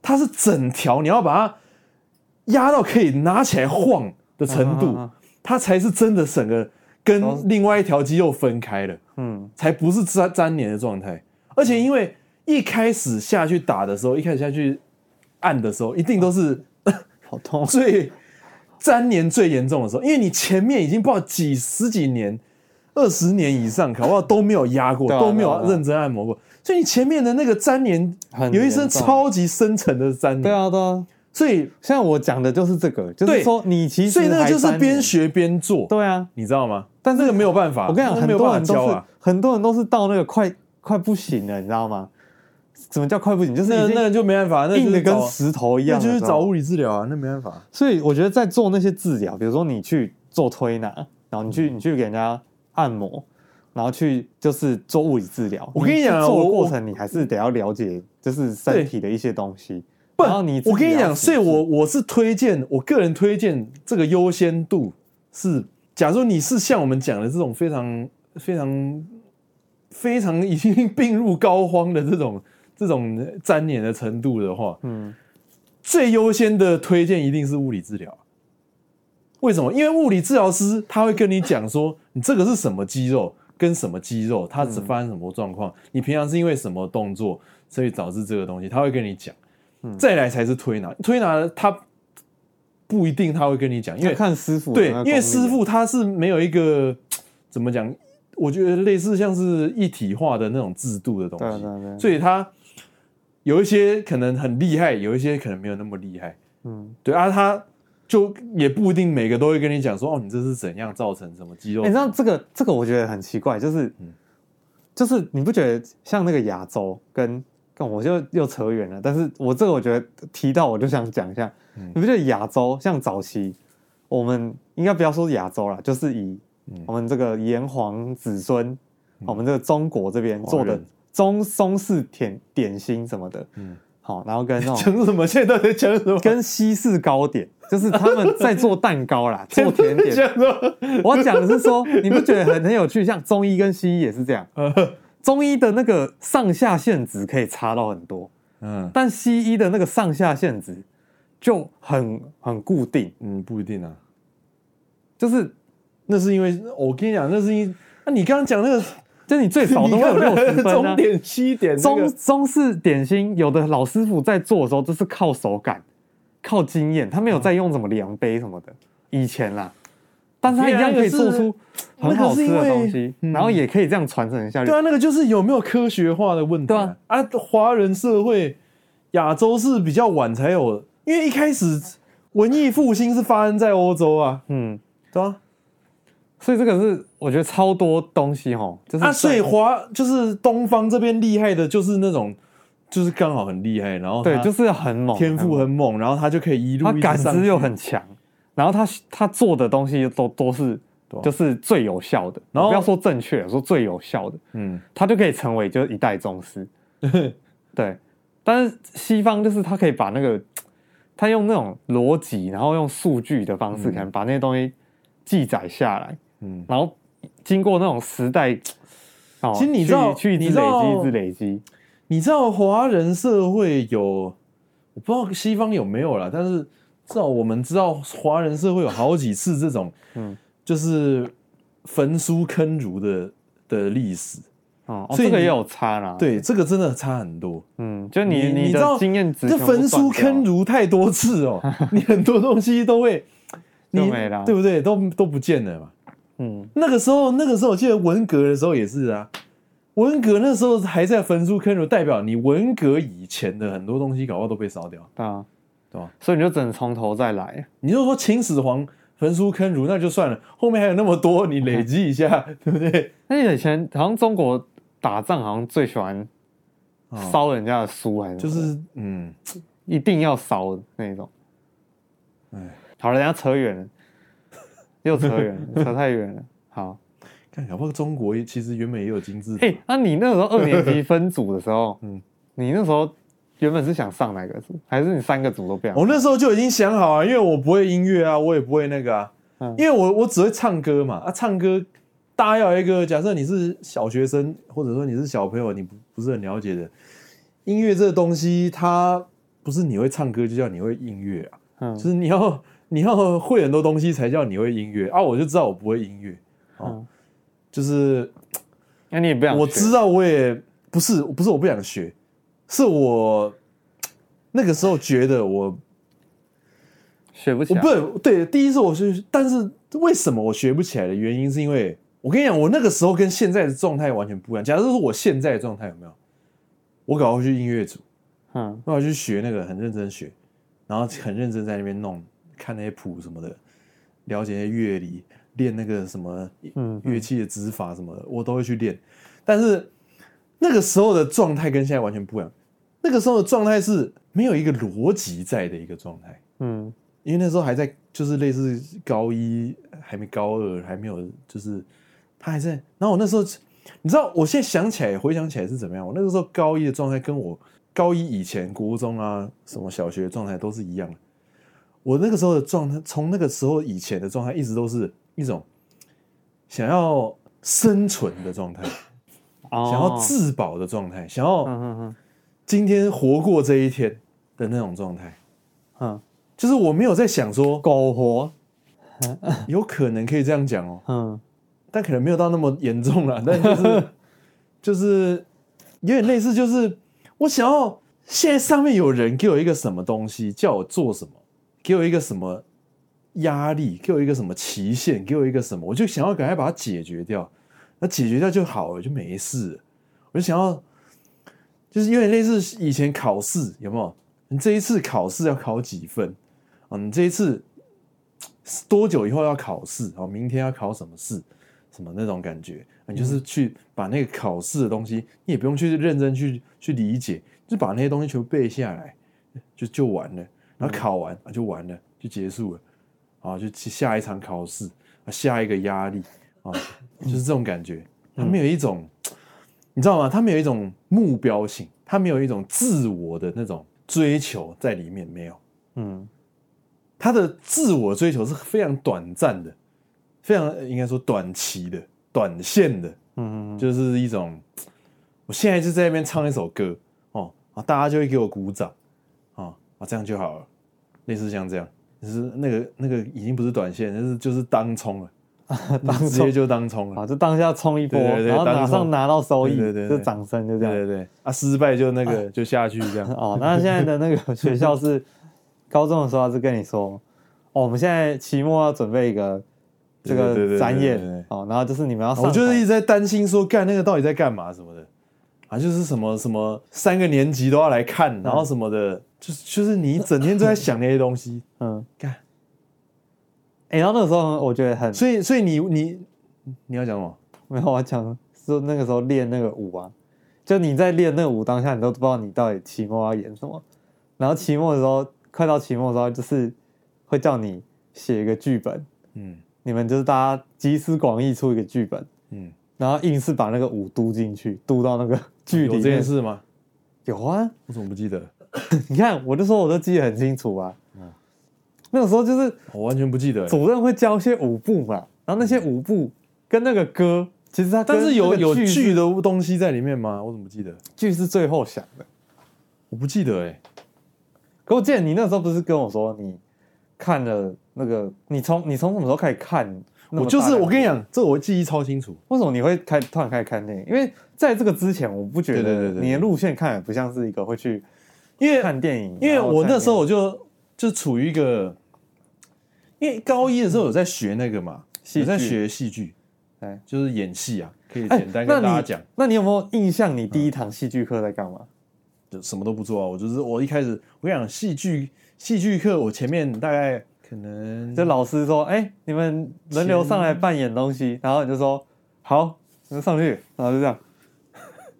Speaker 1: 它是整条，你要把它压到可以拿起来晃的程度，
Speaker 4: 嗯嗯嗯
Speaker 1: 它才是真的整个跟另外一条肌肉分开了。
Speaker 4: 嗯
Speaker 1: 才不是粘粘连的状态。而且因为一开始下去打的时候，一开始下去按的时候，一定都是
Speaker 4: [LAUGHS]
Speaker 1: 好痛，最粘连最严重的时候，因为你前面已经不知道几十几年、二十年以上，搞不好都没有压过，
Speaker 4: 对啊
Speaker 1: 都没有
Speaker 4: 对啊
Speaker 1: 认真按摩过，所以你前面的那个粘连
Speaker 4: 很
Speaker 1: 有一
Speaker 4: 严
Speaker 1: 身
Speaker 4: 重
Speaker 1: 超级深层的粘连。
Speaker 4: 对，啊对啊。
Speaker 1: 所以
Speaker 4: 像我讲的就是这个，就
Speaker 1: 对
Speaker 4: 是说你其实
Speaker 1: 所以那个
Speaker 4: 还
Speaker 1: 就是
Speaker 4: 沾
Speaker 1: 边
Speaker 4: 你
Speaker 1: 学边做，
Speaker 4: 对啊。
Speaker 1: 你知道吗？但这个没有办法，
Speaker 4: 我跟你讲，
Speaker 1: 那没
Speaker 4: 很
Speaker 1: 有
Speaker 4: 多
Speaker 1: 办
Speaker 4: 人
Speaker 1: 法教
Speaker 4: 都是
Speaker 1: 啊。
Speaker 4: 很多人都是到那个快快不行了，你知道吗？什么叫快不行？就是
Speaker 1: 那
Speaker 4: 已经
Speaker 1: 那就没办法，那就
Speaker 4: 硬
Speaker 1: 是
Speaker 4: 的跟
Speaker 1: 找
Speaker 4: 石头一样
Speaker 1: 那
Speaker 4: 的
Speaker 1: 就
Speaker 4: 时候，
Speaker 1: 是找物理治疗啊，那没办法。
Speaker 4: 所以我觉得在
Speaker 1: 嗯
Speaker 4: 做那些治疗，比如说你去做推拿，然后你去你去给人家按摩，然后去就是做物理治疗。
Speaker 1: 我跟你讲啊
Speaker 4: 做
Speaker 1: 我
Speaker 4: 的
Speaker 1: 我
Speaker 4: 过程你还是得要了解，就是身体的一些东西。
Speaker 1: 不，
Speaker 4: 然后你自己
Speaker 1: 我跟你
Speaker 4: 要
Speaker 1: 讲，
Speaker 4: 实
Speaker 1: 所以
Speaker 4: 际
Speaker 1: 我我是推荐，我个人推荐这个优先度是，假如你是像我们讲的这种非常非常非常已经病入膏肓的这种这种粘连的程度的话，
Speaker 4: 嗯，
Speaker 1: 最优先的推荐一定是物理治疗。啊为什么？因为物理治疗师他会跟你讲说， [LAUGHS] 你这个是什么肌肉，跟什么肌肉，它只发生什么状
Speaker 4: 嗯
Speaker 1: 况，你平常是因为什么动作，所以导致这个东西，他会跟你讲。
Speaker 4: 嗯
Speaker 1: 再来才是推拿，推拿他不一定他会跟你讲，因
Speaker 4: 要
Speaker 1: 为
Speaker 4: 看师傅的
Speaker 1: 对
Speaker 4: 那个功力啊，，
Speaker 1: 因为师傅他是没有一个怎么讲，我觉得类似像是一体化的那种制度的东
Speaker 4: 对
Speaker 1: 西，
Speaker 4: 对对，
Speaker 1: 所以他有一些可能很厉害，有一些可能没有那么厉害。
Speaker 4: 嗯，
Speaker 1: 对啊，他就也不一定每个都会跟你讲说，哦，你这是怎样造成什么肌肉
Speaker 4: 哎诶你知道这个这个我觉得很奇怪，就是
Speaker 1: 嗯
Speaker 4: 就是你不觉得像那个亚洲跟跟我就又扯远了，但是我这个我觉得提到我就想讲一下，
Speaker 1: 嗯
Speaker 4: 你不觉得亚洲像早期我们应该不要说亚洲啦，就是以
Speaker 1: 嗯
Speaker 4: 我们这个炎黄子孙，我们这个中国这边
Speaker 1: 华
Speaker 4: 做的
Speaker 1: 人
Speaker 4: 中中式点点心什么的，
Speaker 1: 嗯
Speaker 4: 好，然后跟那
Speaker 1: [LAUGHS]
Speaker 4: 种
Speaker 1: 讲什么？现在到底讲什么？
Speaker 4: 跟西式糕点，就是他们在做蛋糕
Speaker 1: [LAUGHS]
Speaker 4: 啦，做甜点，
Speaker 1: 讲什么？
Speaker 4: [LAUGHS] 我讲的是说，你不觉得很很有趣？像中医跟西医也是这
Speaker 1: [LAUGHS]
Speaker 4: 样，
Speaker 1: 嗯
Speaker 4: 中医的那个上下限值可以差到很多，
Speaker 1: 嗯
Speaker 4: 但西医的那个上下限值就很很固定，
Speaker 1: 嗯，不一定啊。
Speaker 4: 就是
Speaker 1: 那是因为我跟你讲，那是因那、你刚刚讲那个
Speaker 4: 就是你最 [LAUGHS] 少都会有六
Speaker 1: [LAUGHS]
Speaker 4: 十分啊
Speaker 1: 终。点西点、那个
Speaker 4: 中中式点心，有的老师傅在做的时候，就是靠手感、靠经验，他没有在用什么量杯什么的。以前啦，但是他一样可以做出
Speaker 1: 那个
Speaker 4: 很
Speaker 1: 是
Speaker 4: 好吃的
Speaker 1: 那个是因为
Speaker 4: 东西，
Speaker 1: 嗯
Speaker 4: 然后也可以这样传承下去
Speaker 1: 对。啊，那个就是有没有科学化的问题、啊。啊，华人社会，亚洲是比较晚才有，因为一开始文艺复兴是发生在欧洲啊，
Speaker 4: 嗯，
Speaker 1: 对啊。
Speaker 4: 所以这个是我觉得超多东西哈，就是
Speaker 1: 啊，所以
Speaker 4: 在
Speaker 1: 华就是东方这边厉害的，就是那种，就是刚好很厉害，然后他
Speaker 4: 对，就是很猛，
Speaker 1: 天赋很猛，然后他就可以一路
Speaker 4: 猛，
Speaker 1: 一
Speaker 4: 他感
Speaker 1: 直上
Speaker 4: 知
Speaker 1: 去
Speaker 4: 又，很强，然后他他做的东西都都是
Speaker 1: 对啊
Speaker 4: 就是最有效的，
Speaker 1: 然后
Speaker 4: 不要说正确，说最有效的，
Speaker 1: 嗯，
Speaker 4: 他就可以成为就是一代宗
Speaker 1: [LAUGHS]
Speaker 4: 师。对，但是西方就是他可以把那个，他用那种逻辑，然后用数据的方式，可能把那些东西记载下来，
Speaker 1: 嗯，
Speaker 4: 然后经过那种时代，哦，
Speaker 1: 其实你知道
Speaker 4: 去去一
Speaker 1: 你
Speaker 4: 直
Speaker 1: 知
Speaker 4: 累积，
Speaker 1: 道
Speaker 4: 一直累积，
Speaker 1: 你知道华人社会有，我不知道西方有没有啦，但是至少我们知道华人社会有好几次这种，
Speaker 4: 嗯，
Speaker 1: 就是焚书坑儒的的历史。
Speaker 4: 哦，哦
Speaker 1: 所以
Speaker 4: 这个
Speaker 1: 你
Speaker 4: 也有差啦。，
Speaker 1: 对，这个真的差很多。
Speaker 4: 嗯，就你
Speaker 1: 你知
Speaker 4: 的
Speaker 1: 道
Speaker 4: 经验值
Speaker 1: 这
Speaker 4: 全部
Speaker 1: 焚
Speaker 4: 断
Speaker 1: 书
Speaker 4: 掉
Speaker 1: 坑，儒太多次 [LAUGHS] 哦，你很多东西都会，
Speaker 4: 就
Speaker 1: 你
Speaker 4: 没了
Speaker 1: 对不对？都都不见了嘛。
Speaker 4: 嗯，
Speaker 1: 那个时候，那个时候我记得文革的时候也是啊，文革那时候还在焚书坑儒，代表你文革以前的很多东西搞不好都被烧掉。
Speaker 4: 对啊，
Speaker 1: 对啊
Speaker 4: 所以你就只能从头再来，
Speaker 1: 你就说秦始皇焚书坑儒那就算了，后面还有那么多，你累积一下，对不对？
Speaker 4: 那以前好像中国打仗好像最喜欢
Speaker 1: 哦
Speaker 4: 烧人家的书，还是什
Speaker 1: 就
Speaker 4: 么
Speaker 1: 是嗯，
Speaker 4: 一定要烧的那种。
Speaker 1: 哎，
Speaker 4: 好了，人家扯远了，又扯远了，扯太远了。好，
Speaker 1: 看搞不好中国其实原本也有金字塔
Speaker 4: 哎、那、你那时候二年级分组的时候，嗯
Speaker 1: 嗯，
Speaker 4: 你那时候原本是想上哪个组，还是你三个组都不想？
Speaker 1: 我那时候就已经想好啊，因为我不会音乐啊，我也不会那个啊，
Speaker 4: 嗯
Speaker 1: 因为我我只会唱歌嘛啊，唱歌大家要有一个，假设你是小学生，或者说你是小朋友，你不不是很了解的音乐这个东西，它不是你会唱歌就叫你会音乐啊，
Speaker 4: 嗯
Speaker 1: 就是你要你要会很多东西才叫你会音乐啊，我就知道我不会音乐，哦
Speaker 4: 嗯，
Speaker 1: 就是
Speaker 4: 那、你也不想学？
Speaker 1: 我知道，我也不是不是我不想学，是我那个时候觉得我
Speaker 4: 学不起
Speaker 1: 我
Speaker 4: 来。
Speaker 1: 不对，第一是我学，但是为什么我学不起来的原因，是因为我跟你讲，我那个时候跟现在的状态完全不一样。假如说我现在的状态有没有，我搞回去音乐组，
Speaker 4: 嗯，
Speaker 1: 我搞去学那个很认真学，然后很认真在那边弄，看那些谱什么的，了解那些乐理，练那个什么
Speaker 4: 嗯
Speaker 1: 乐器的指法什么的，我都会去练。但是那个时候的状态跟现在完全不一样，那个时候的状态是没有一个逻辑在的一个状态。
Speaker 4: 嗯，
Speaker 1: 因为那时候还在就是类似高一还没高二还没有就是他还在。然后我那时候，你知道，我现在想起来，回想起来是怎么样？我那个时候高一的状态，跟我高一以前国中啊、什么小学的状态都是一样的。我那个时候的状态，从那个时候以前的状态，一直都是一种想要生存的状态，
Speaker 4: 哦
Speaker 1: 想要自保的状态，想要
Speaker 4: 嗯嗯
Speaker 1: 今天活过这一天的那种状态。
Speaker 4: 嗯嗯，
Speaker 1: 就是我没有在想说，
Speaker 4: 苟活，
Speaker 1: 有可能可以这样讲哦，
Speaker 4: 嗯
Speaker 1: 但可能没有到那么严重了， [LAUGHS] 但就是就是有点类似，就是我想要现在上面有人给我一个什么东西，叫我做什么，给我一个什么压力，给我一个什么期限，给我一个什么，我就想要赶快把它解决掉，那解决掉就好了，就没事了。我就想要，就是有点类似以前考试有没有？你这一次考试要考几分？啊，你这一次多久以后要考试？哦，明天要考什么试？什么那种感觉，你就是去把那个考试的东西，你也不用去认真去去理解，就把那些东西全部背下来，就就完了。然后考完、啊、就完了，就结束了，啊，就去下一场考试，啊，下一个压力啊，就是这种感觉。他没有一种，你知道吗？他没有一种目标性，他没有一种自我的那种追求在里面，没有。
Speaker 4: 嗯
Speaker 1: 他的自我追求是非常短暂的，非常呃应该说短期的、短线的，
Speaker 4: 嗯嗯
Speaker 1: 就是一种，我现在就在那边唱一首歌哦，啊，大家就会给我鼓掌，啊啊，这样就好了，类似像这样，就是那个那个已经不是短线，就是就是当冲了，
Speaker 4: [LAUGHS] 当
Speaker 1: 直接就当
Speaker 4: 嗯，
Speaker 1: 冲了，
Speaker 4: 好，就当下冲一波，
Speaker 1: 对对对
Speaker 4: 然后马
Speaker 1: 当冲
Speaker 4: 上拿到收益，
Speaker 1: 对对对
Speaker 4: 就
Speaker 1: 对
Speaker 4: 掌声就这
Speaker 1: 对
Speaker 4: 样。哎
Speaker 1: 对对，啊，失败就那个就下去这样，
Speaker 4: 哦，那现在的那个学校是 [LAUGHS] 高中的时候他是跟你说，哦，我们现在期末要准备一个这
Speaker 1: 对对对
Speaker 4: 个
Speaker 1: 对
Speaker 4: 展演
Speaker 1: 对对对
Speaker 4: 哦，然后就是你们要上台，
Speaker 1: 我就是一直在担心说，干那个到底在干嘛什么的，啊，就是什么什么三个年级都要来看，然后什么的，就是就是你整天都在想那些东西， [LAUGHS]
Speaker 4: 嗯，
Speaker 1: 干，
Speaker 4: 哎，然后那个时候我觉得很
Speaker 1: 所以所以你你你要讲什么？
Speaker 4: 没有，我讲说那个时候练那个舞啊，就你在练那个舞当下，你都不知道你到底期末要演什么。然后期末的时候，快到期末的时候，就是会叫你写一个剧本，
Speaker 1: 嗯
Speaker 4: 你们就是大家集思广益出一个剧本，
Speaker 1: 嗯，
Speaker 4: 然后硬是把那个舞嘟进去，嘟到那个剧
Speaker 1: 哦有
Speaker 4: 里
Speaker 1: 这件
Speaker 4: 面。
Speaker 1: 事吗？
Speaker 4: 有啊，
Speaker 1: 我怎么不记得？
Speaker 4: 你看，我就说我都记得很清楚啊。
Speaker 1: 嗯
Speaker 4: 那个时候就是
Speaker 1: 我完全不记得。
Speaker 4: 主任会教一些舞步嘛，然后那些舞步跟那个歌，其实它跟
Speaker 1: 但是
Speaker 4: 那
Speaker 1: 有
Speaker 4: 个
Speaker 1: 有
Speaker 4: 剧是
Speaker 1: 剧的东西在里面吗？我怎么不记得？
Speaker 4: 剧是最后想的。
Speaker 1: 我不记得哎、
Speaker 4: 可我记得你那时候不是跟我说你看了那个，你从你从什么时候开始看？
Speaker 1: 我就是我跟你
Speaker 4: 讲，
Speaker 1: 讲，这我记忆超清楚。
Speaker 4: 为什么你会开突然开始看电影？因为在这个之前，我不觉
Speaker 1: 对对
Speaker 4: 得
Speaker 1: 对对
Speaker 4: 你的路线看也不像是一个会去
Speaker 1: 因为
Speaker 4: 看电影，
Speaker 1: 因为
Speaker 4: 然后
Speaker 1: 我
Speaker 4: 再
Speaker 1: 那时候我就就处于一个，因为高一的时候有在学那个嘛，
Speaker 4: 戏剧
Speaker 1: 有在学戏剧，
Speaker 4: 哎
Speaker 1: 就是演戏啊，可以
Speaker 4: 哎，
Speaker 1: 简单
Speaker 4: 那
Speaker 1: 跟大家
Speaker 4: 你
Speaker 1: 讲，
Speaker 4: 那你有没有印象？你第一堂戏剧课在干嘛？
Speaker 1: 就什么都不做啊。我就是我一开始我跟你讲戏剧戏剧课，我前面大概可能
Speaker 4: 就老师说，哎，你们轮流上来扮演东
Speaker 1: 嗯
Speaker 4: 西，然后你就说好，你们上去，然后就这
Speaker 1: [LAUGHS]
Speaker 4: 样。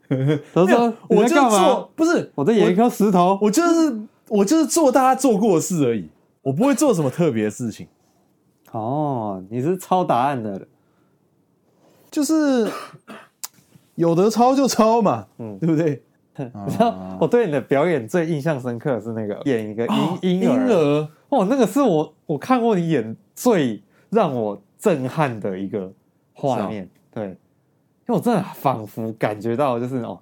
Speaker 4: 他
Speaker 1: 没有
Speaker 4: 说你
Speaker 1: 我就
Speaker 4: 在干嘛
Speaker 1: 做？不是
Speaker 4: 我在演一颗石头。
Speaker 1: 我就是我就是做大家做过的事而已，我不会做什么特别的事情。
Speaker 4: 哦，你是抄答案的人。
Speaker 1: 就是有得抄就抄嘛，
Speaker 4: 嗯
Speaker 1: 对不对？
Speaker 4: 你知道我哦对你的表演最印象深刻的是那个演一个婴、婴儿，
Speaker 1: 婴儿
Speaker 4: 哦，那个是我我看过你演最让我震撼的一个
Speaker 1: 啊
Speaker 4: 画面，对，因为我真的仿佛感觉到就是哦，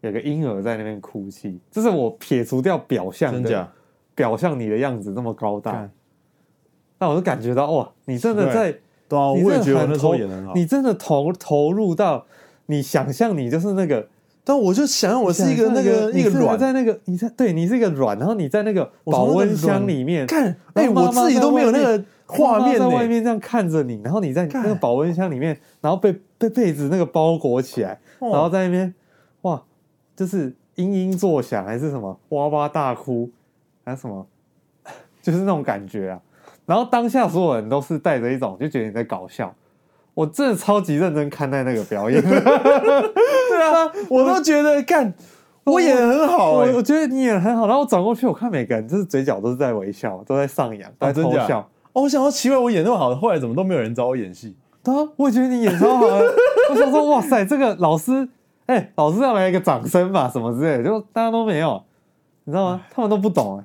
Speaker 4: 有个婴儿在那边哭泣，这是我撇除掉表象
Speaker 1: 真
Speaker 4: 的
Speaker 1: 假？
Speaker 4: 表象你的样子那么高大
Speaker 1: 干，
Speaker 4: 那我就感觉到哇，你真的
Speaker 1: 对
Speaker 4: 在。
Speaker 1: 对啊，
Speaker 4: 你
Speaker 1: 我也
Speaker 4: 真
Speaker 1: 觉
Speaker 4: 的
Speaker 1: 得我
Speaker 4: 很
Speaker 1: 那时候
Speaker 4: 投
Speaker 1: 演的很好。
Speaker 4: 你真的投投入到你想象，你就是那个
Speaker 1: 但我就想我
Speaker 4: 我
Speaker 1: 是一个那个一个
Speaker 4: 卵，
Speaker 1: 卵，
Speaker 4: 在那个你在对你是一个卵，然后你在那个
Speaker 1: 我从
Speaker 4: 保
Speaker 1: 那个
Speaker 4: 温箱
Speaker 1: 卵
Speaker 4: 里面
Speaker 1: 看，
Speaker 4: 然
Speaker 1: 哎，
Speaker 4: 后妈妈
Speaker 1: 我自己都没有那个画面
Speaker 4: 在外
Speaker 1: 呢。
Speaker 4: 面这样看着你，然后你在那
Speaker 1: 干
Speaker 4: 个保温箱里面，然后被被被子那个包裹起来，
Speaker 1: 哦
Speaker 4: 然后在那边哇，就是嘤嘤作响还是什么哇哇大哭还是什么， [LAUGHS] 就是那种感觉啊。然后当下所有人都是带着一种就觉得你在搞笑，我真的超级认真看待那个表演。 [LAUGHS]
Speaker 1: 对啊，我都觉得干，我演的很好
Speaker 4: 我
Speaker 1: 哎
Speaker 4: 我。觉得你也很好。然后我转过去，我看每个人就是嘴角都是在微笑，都在上扬，都在
Speaker 1: 哦真
Speaker 4: 偷
Speaker 1: 假
Speaker 4: 笑。
Speaker 1: 哦，我想说奇怪，我演那么好，后来怎么都没有人找我演戏？
Speaker 4: 对啊，我也觉得你演超好的。我想说，哇塞，这个老师，哎、老师要来一个掌声吧，什么之类的，就大家都没有，你知道吗？他们都不懂、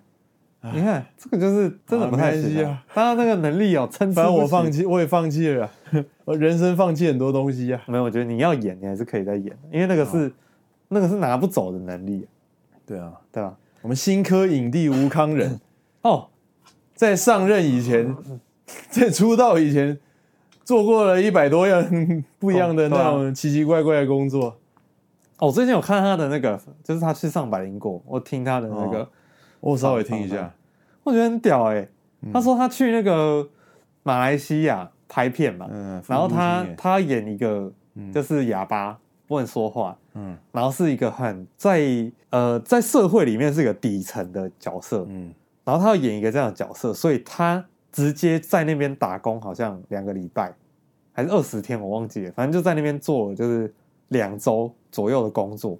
Speaker 4: 哎，你看这个就是真的不太
Speaker 1: 啊没关系
Speaker 4: 行、
Speaker 1: 啊
Speaker 4: 大家那个能力哦，参差
Speaker 1: 反正我
Speaker 4: 不齐
Speaker 1: 放弃，我也放弃了啦，我 [LAUGHS] 人生放弃很多东西啊呀、
Speaker 4: 没有，我觉得你要演，你还是可以再演，因为那个
Speaker 1: 哦
Speaker 4: 是、那个是拿不走的能力、
Speaker 1: 对啊，
Speaker 4: 对吧？
Speaker 1: 我们新科影帝吴康仁
Speaker 4: 哦，
Speaker 1: 在上任以前，在出道以前，做过了一百多样不一样的
Speaker 4: 哦对啊
Speaker 1: 那种奇奇怪怪的工作。
Speaker 4: 哦，我最近有看他的那个，就是他去上百灵果，我听他的那个，
Speaker 1: 哦我稍微听一下，
Speaker 4: 我觉得很屌哎、
Speaker 1: 嗯
Speaker 4: 他说他去那个马来西亚拍片嘛，
Speaker 1: 嗯
Speaker 4: 然后
Speaker 1: 父
Speaker 4: 他
Speaker 1: 母亲耶
Speaker 4: 他演一个就是哑巴，不能说话，
Speaker 1: 嗯
Speaker 4: 然后是一个很在呃在社会里面是一个底层的角色，
Speaker 1: 嗯，
Speaker 4: 然后他要演一个这样的角色，所以他直接在那边打工，好像两个礼拜还是二十天，我忘记了，反正就在那边做了就是两周左右的工作，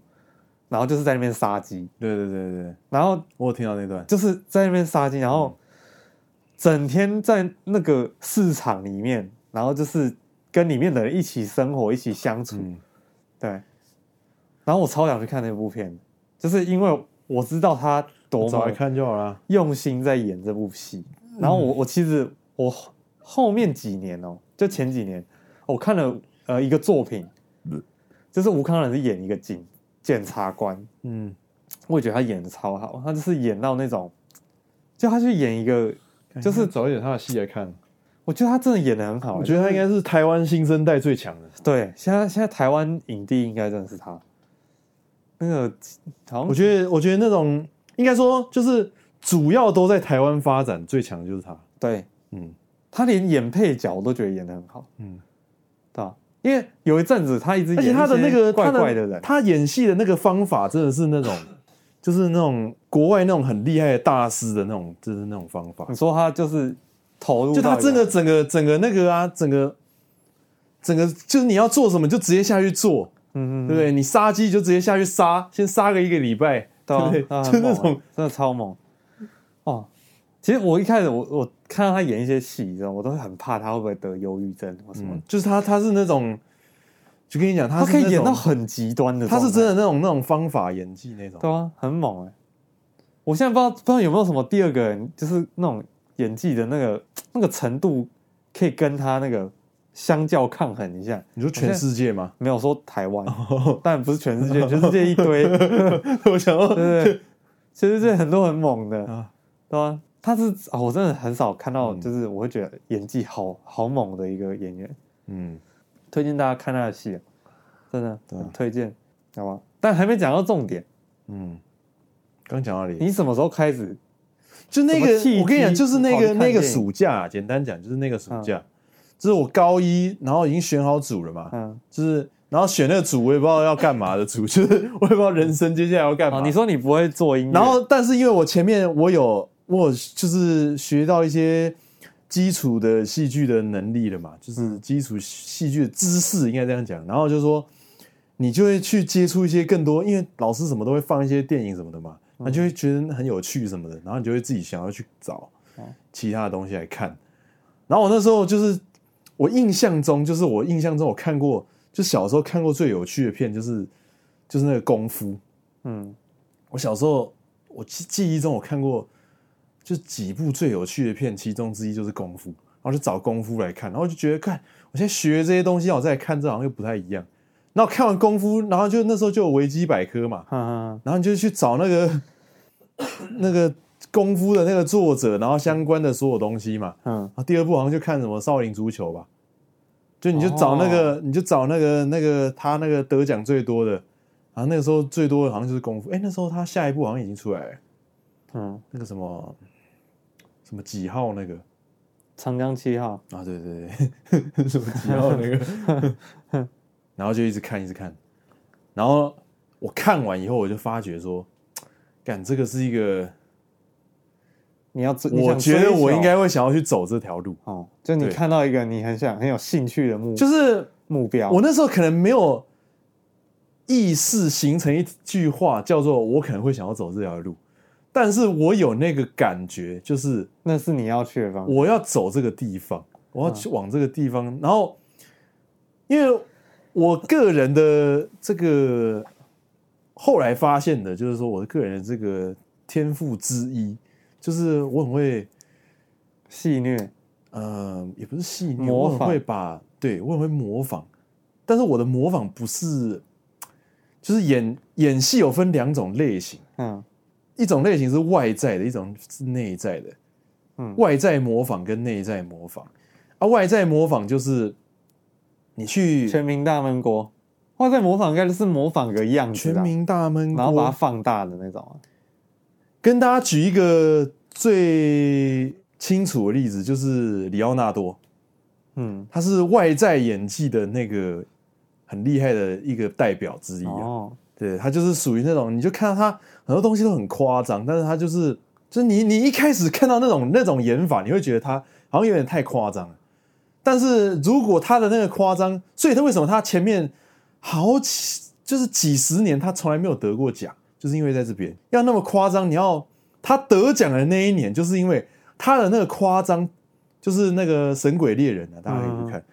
Speaker 4: 然后就是在那边杀鸡，
Speaker 1: 对对对对，
Speaker 4: 然后
Speaker 1: 我有听到那段，
Speaker 4: 就是在那边杀鸡，然后整天在那个市场里面，然后就是跟里面的人一起生活，一起相处，
Speaker 1: 嗯
Speaker 4: 对。然后我超想去看那部片的，就是因为我知道他多
Speaker 1: 找
Speaker 4: 么
Speaker 1: 来看就好了。
Speaker 4: 用心在演这部戏。然后我我其实我后后面几年哦，就前几年我看了呃一个作品，就是吴康仁是演一个警检察官，
Speaker 1: 嗯，
Speaker 4: 我也觉得他演的超好，他就是演到那种，就他去演一个，就是
Speaker 1: 找一点他的戏来看。
Speaker 4: 我觉得他真的演的很好，欸
Speaker 1: 我觉得他应该是台湾新生代最强的。
Speaker 4: 对。现在现在台湾影帝应该真的是他，那个好
Speaker 1: 我
Speaker 4: 像
Speaker 1: 觉得，我觉得那种应该说就是主要都在台湾发展最强的就是他。
Speaker 4: 对
Speaker 1: 嗯
Speaker 4: 他连演配角我都觉得演的很好，
Speaker 1: 嗯，
Speaker 4: 对吧、因为有一阵子他一直演
Speaker 1: 而且他的
Speaker 4: 一些
Speaker 1: 那个
Speaker 4: 怪怪
Speaker 1: 他
Speaker 4: 的
Speaker 1: 的
Speaker 4: 人，
Speaker 1: 他演戏的那个方法真的是那种，就是那种国外那种很厉害的大师的那种，就是那种方法
Speaker 4: 你。说他就是投入到
Speaker 1: 就
Speaker 4: 一个，
Speaker 1: 他真的整个整个那个啊，整个整个就是你要做什么就直接下去做，
Speaker 4: 嗯，嗯嗯
Speaker 1: 对不对？你杀鸡就直接下去杀，先杀个一个礼拜，
Speaker 4: 对
Speaker 1: 对
Speaker 4: 啊
Speaker 1: 不对？
Speaker 4: 他很
Speaker 1: 就那
Speaker 4: 猛啊
Speaker 1: 种
Speaker 4: 真的超猛哦。其实我一开始我我看到他演一些戏，你知道，我都会很怕他会不会得忧郁症或什么。
Speaker 1: 嗯，就是他他是那种，就跟你讲，他
Speaker 4: 他
Speaker 1: 是
Speaker 4: 可以
Speaker 1: 那
Speaker 4: 演到
Speaker 1: 种
Speaker 4: 很极端的
Speaker 1: 他
Speaker 4: 状态，
Speaker 1: 是真的那种那种方法演技那种。
Speaker 4: 对啊，很猛哎、我现在不知道不知道有没有什么第二个人，就是那种演技的那个那个程度，可以跟他那个相较抗衡一下。
Speaker 1: 你说全世界吗？ [LAUGHS]
Speaker 4: 没有说台湾，但不是全世界，全世界一 [LAUGHS] 堆，
Speaker 1: 我想要
Speaker 4: 对对，其实这很多很猛的
Speaker 1: 啊，
Speaker 4: 对啊，嗯他是啊、我真的很少看到，就是我会觉得演技好好猛的一个演员，
Speaker 1: 嗯，
Speaker 4: 推荐大家看他的戏，真的
Speaker 1: 对啊
Speaker 4: 很推荐，好吧？但还没讲到重点，
Speaker 1: 嗯，刚讲到里，
Speaker 4: 你什么时候开始？
Speaker 1: 就那
Speaker 4: 什么契
Speaker 1: 个
Speaker 4: 机
Speaker 1: 我跟你讲，就是那
Speaker 4: 跑
Speaker 1: 个
Speaker 4: 去看
Speaker 1: 那
Speaker 4: 电
Speaker 1: 个
Speaker 4: 影
Speaker 1: 暑假，简单讲就是那个暑假，就是我高一，然后已经选好组了嘛，
Speaker 4: 嗯，
Speaker 1: 就是然后选那个组，我也不知道要干嘛的组， [LAUGHS] 就是我也不知道人生接下来要干嘛
Speaker 4: 哦，。你说你不会做音乐，
Speaker 1: 然后，但是因为我前面我有我有就是学到一些基础的戏剧的能力了嘛，就是基础戏剧的知识应该这样讲。然后就说你就会去接触一些更多，因为老师什么都会放一些电影什么的嘛，那就会觉得很有趣什么的，然后你就会自己想要去找其他的东西来看。然后我那时候就是我印象中，就是我印象中我看过，就小时候看过最有趣的片就是就是那个功夫。
Speaker 4: 嗯，
Speaker 1: 我小时候，我记记忆中我看过就几部最有趣的片，其中之一就是功夫，然后就找功夫来看，然后就觉得看我现在学这些东西，然后我再来看这好像又不太一样。然后看完功夫，然后就那时候就有维基百科嘛，
Speaker 4: 哈哈，
Speaker 1: 然后你就去找那个那个功夫的那个作者，然后相关的所有东西嘛。
Speaker 4: 嗯，
Speaker 1: 然后第二部好像就看什么少林足球吧，就你就找那
Speaker 4: 哦
Speaker 1: 个，你就找那个那个他那个得奖最多的，然后那个时候最多的好像就是功夫，哎，那时候他下一部好像已经出来了，
Speaker 4: 嗯，
Speaker 1: 那个什么什么几号那个
Speaker 4: 长江七号，
Speaker 1: 啊，对对对， [LAUGHS] 什么几号那个，
Speaker 4: [LAUGHS]
Speaker 1: 然后就一直看一直看，然后我看完以后我就发觉说，干这个是一个，
Speaker 4: 你要追，你
Speaker 1: 我
Speaker 4: 想
Speaker 1: 觉得
Speaker 4: 追求
Speaker 1: 我应该会想要去走这条路，
Speaker 4: 哦，就你
Speaker 1: 对
Speaker 4: 看到一个你很想很有兴趣的目
Speaker 1: 就是
Speaker 4: 目标，
Speaker 1: 我那时候可能没有意识形成一句话，叫做我可能会想要走这条路，但是我有那个感觉，就是
Speaker 4: 那是你要去的方向，嗯
Speaker 1: 我要走这个地方，我要去往这个地方，然后因为我个人的这个后来发现的，就是说我的个人的这个天赋之一，就是我很会，
Speaker 4: 戏虐，
Speaker 1: 呃，也不是戏虐，
Speaker 4: 模
Speaker 1: 我
Speaker 4: 仿
Speaker 1: 很会把，对我很会模仿，但是我的模仿不是，就是演演戏有分两种类型，
Speaker 4: 嗯
Speaker 1: 一种类型是外在的，一种是内在的。
Speaker 4: 嗯
Speaker 1: 外在模仿跟内在模仿啊，外在模仿就是你去
Speaker 4: 全民大闷锅，哇，在模仿应该就是模仿个样子
Speaker 1: 全
Speaker 4: 啦，
Speaker 1: 民大闷
Speaker 4: 然后把它
Speaker 1: 锅。
Speaker 4: 放大的那种啊，
Speaker 1: 跟大家举一个最清楚的例子，就是里奥纳多，
Speaker 4: 嗯，
Speaker 1: 他是外在演技的那个很厉害的一个代表之一啊。
Speaker 4: 哦，
Speaker 1: 对他就是属于那种，你就看到他很多东西都很夸张，但是他就是，就是你你一开始看到那种那种演法，你会觉得他好像有点太夸张了。但是如果他的那个夸张，所以他为什么他前面好几就是几十年他从来没有得过奖，就是因为在这边要那么夸张，你要他得奖的那一年，就是因为他的那个夸张，就是那个《神鬼猎人》啊，大家可以去看，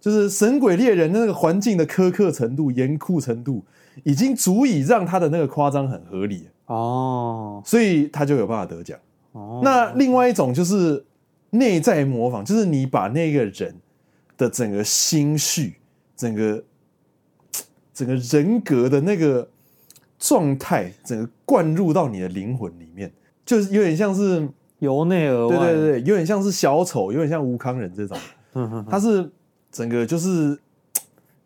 Speaker 1: 就是《神鬼猎人》那个环境的苛刻程度、严酷程度，已经足以让他的那个夸张很合理了，
Speaker 4: 哦，
Speaker 1: 所以他就有办法得奖。
Speaker 4: 哦，
Speaker 1: 那另外一种就是内在模仿，就是你把那个人的整个心绪、整个整个人格的那个状态，整个灌入到你的灵魂里面，就是有点像是，
Speaker 4: 由内而
Speaker 1: 对
Speaker 4: 外，
Speaker 1: 对对，有点像是小丑，有点像吴康仁这种，
Speaker 4: 嗯哼哼
Speaker 1: 他是整个就是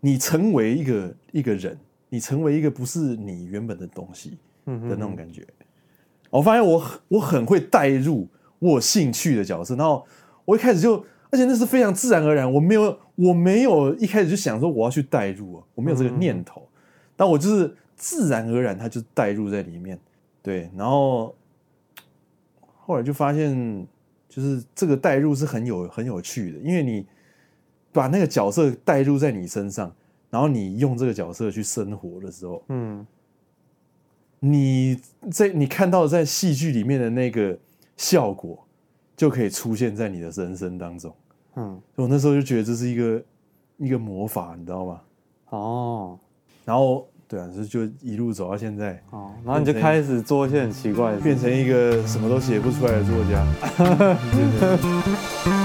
Speaker 1: 你成为一个一个人，你成为一个不是你原本的东西。
Speaker 4: 嗯哼
Speaker 1: 的那种感觉。哦我发现我很我很会带入我有兴趣的角色，然后我一开始就，而且那是非常自然而然，我没有我没有一开始就想说我要去带入啊，我没有这个念
Speaker 4: 嗯
Speaker 1: 头，但我就是自然而然，它就带入在里面。对，然后后来就发现，就是这个带入是很有很有趣的，因为你把那个角色带入在你身上，然后你用这个角色去生活的时候，
Speaker 4: 嗯，
Speaker 1: 你在你看到在戏剧里面的那个效果，就可以出现在你的人生当中。
Speaker 4: 嗯，
Speaker 1: 我那时候就觉得这是一个一个魔法，你知道吗？
Speaker 4: 哦，
Speaker 1: 然后对啊，就就一路走到现在，
Speaker 4: 哦，然后你就开始做一些很奇怪的事
Speaker 1: 变成一个什么都写不出来的作家。对对对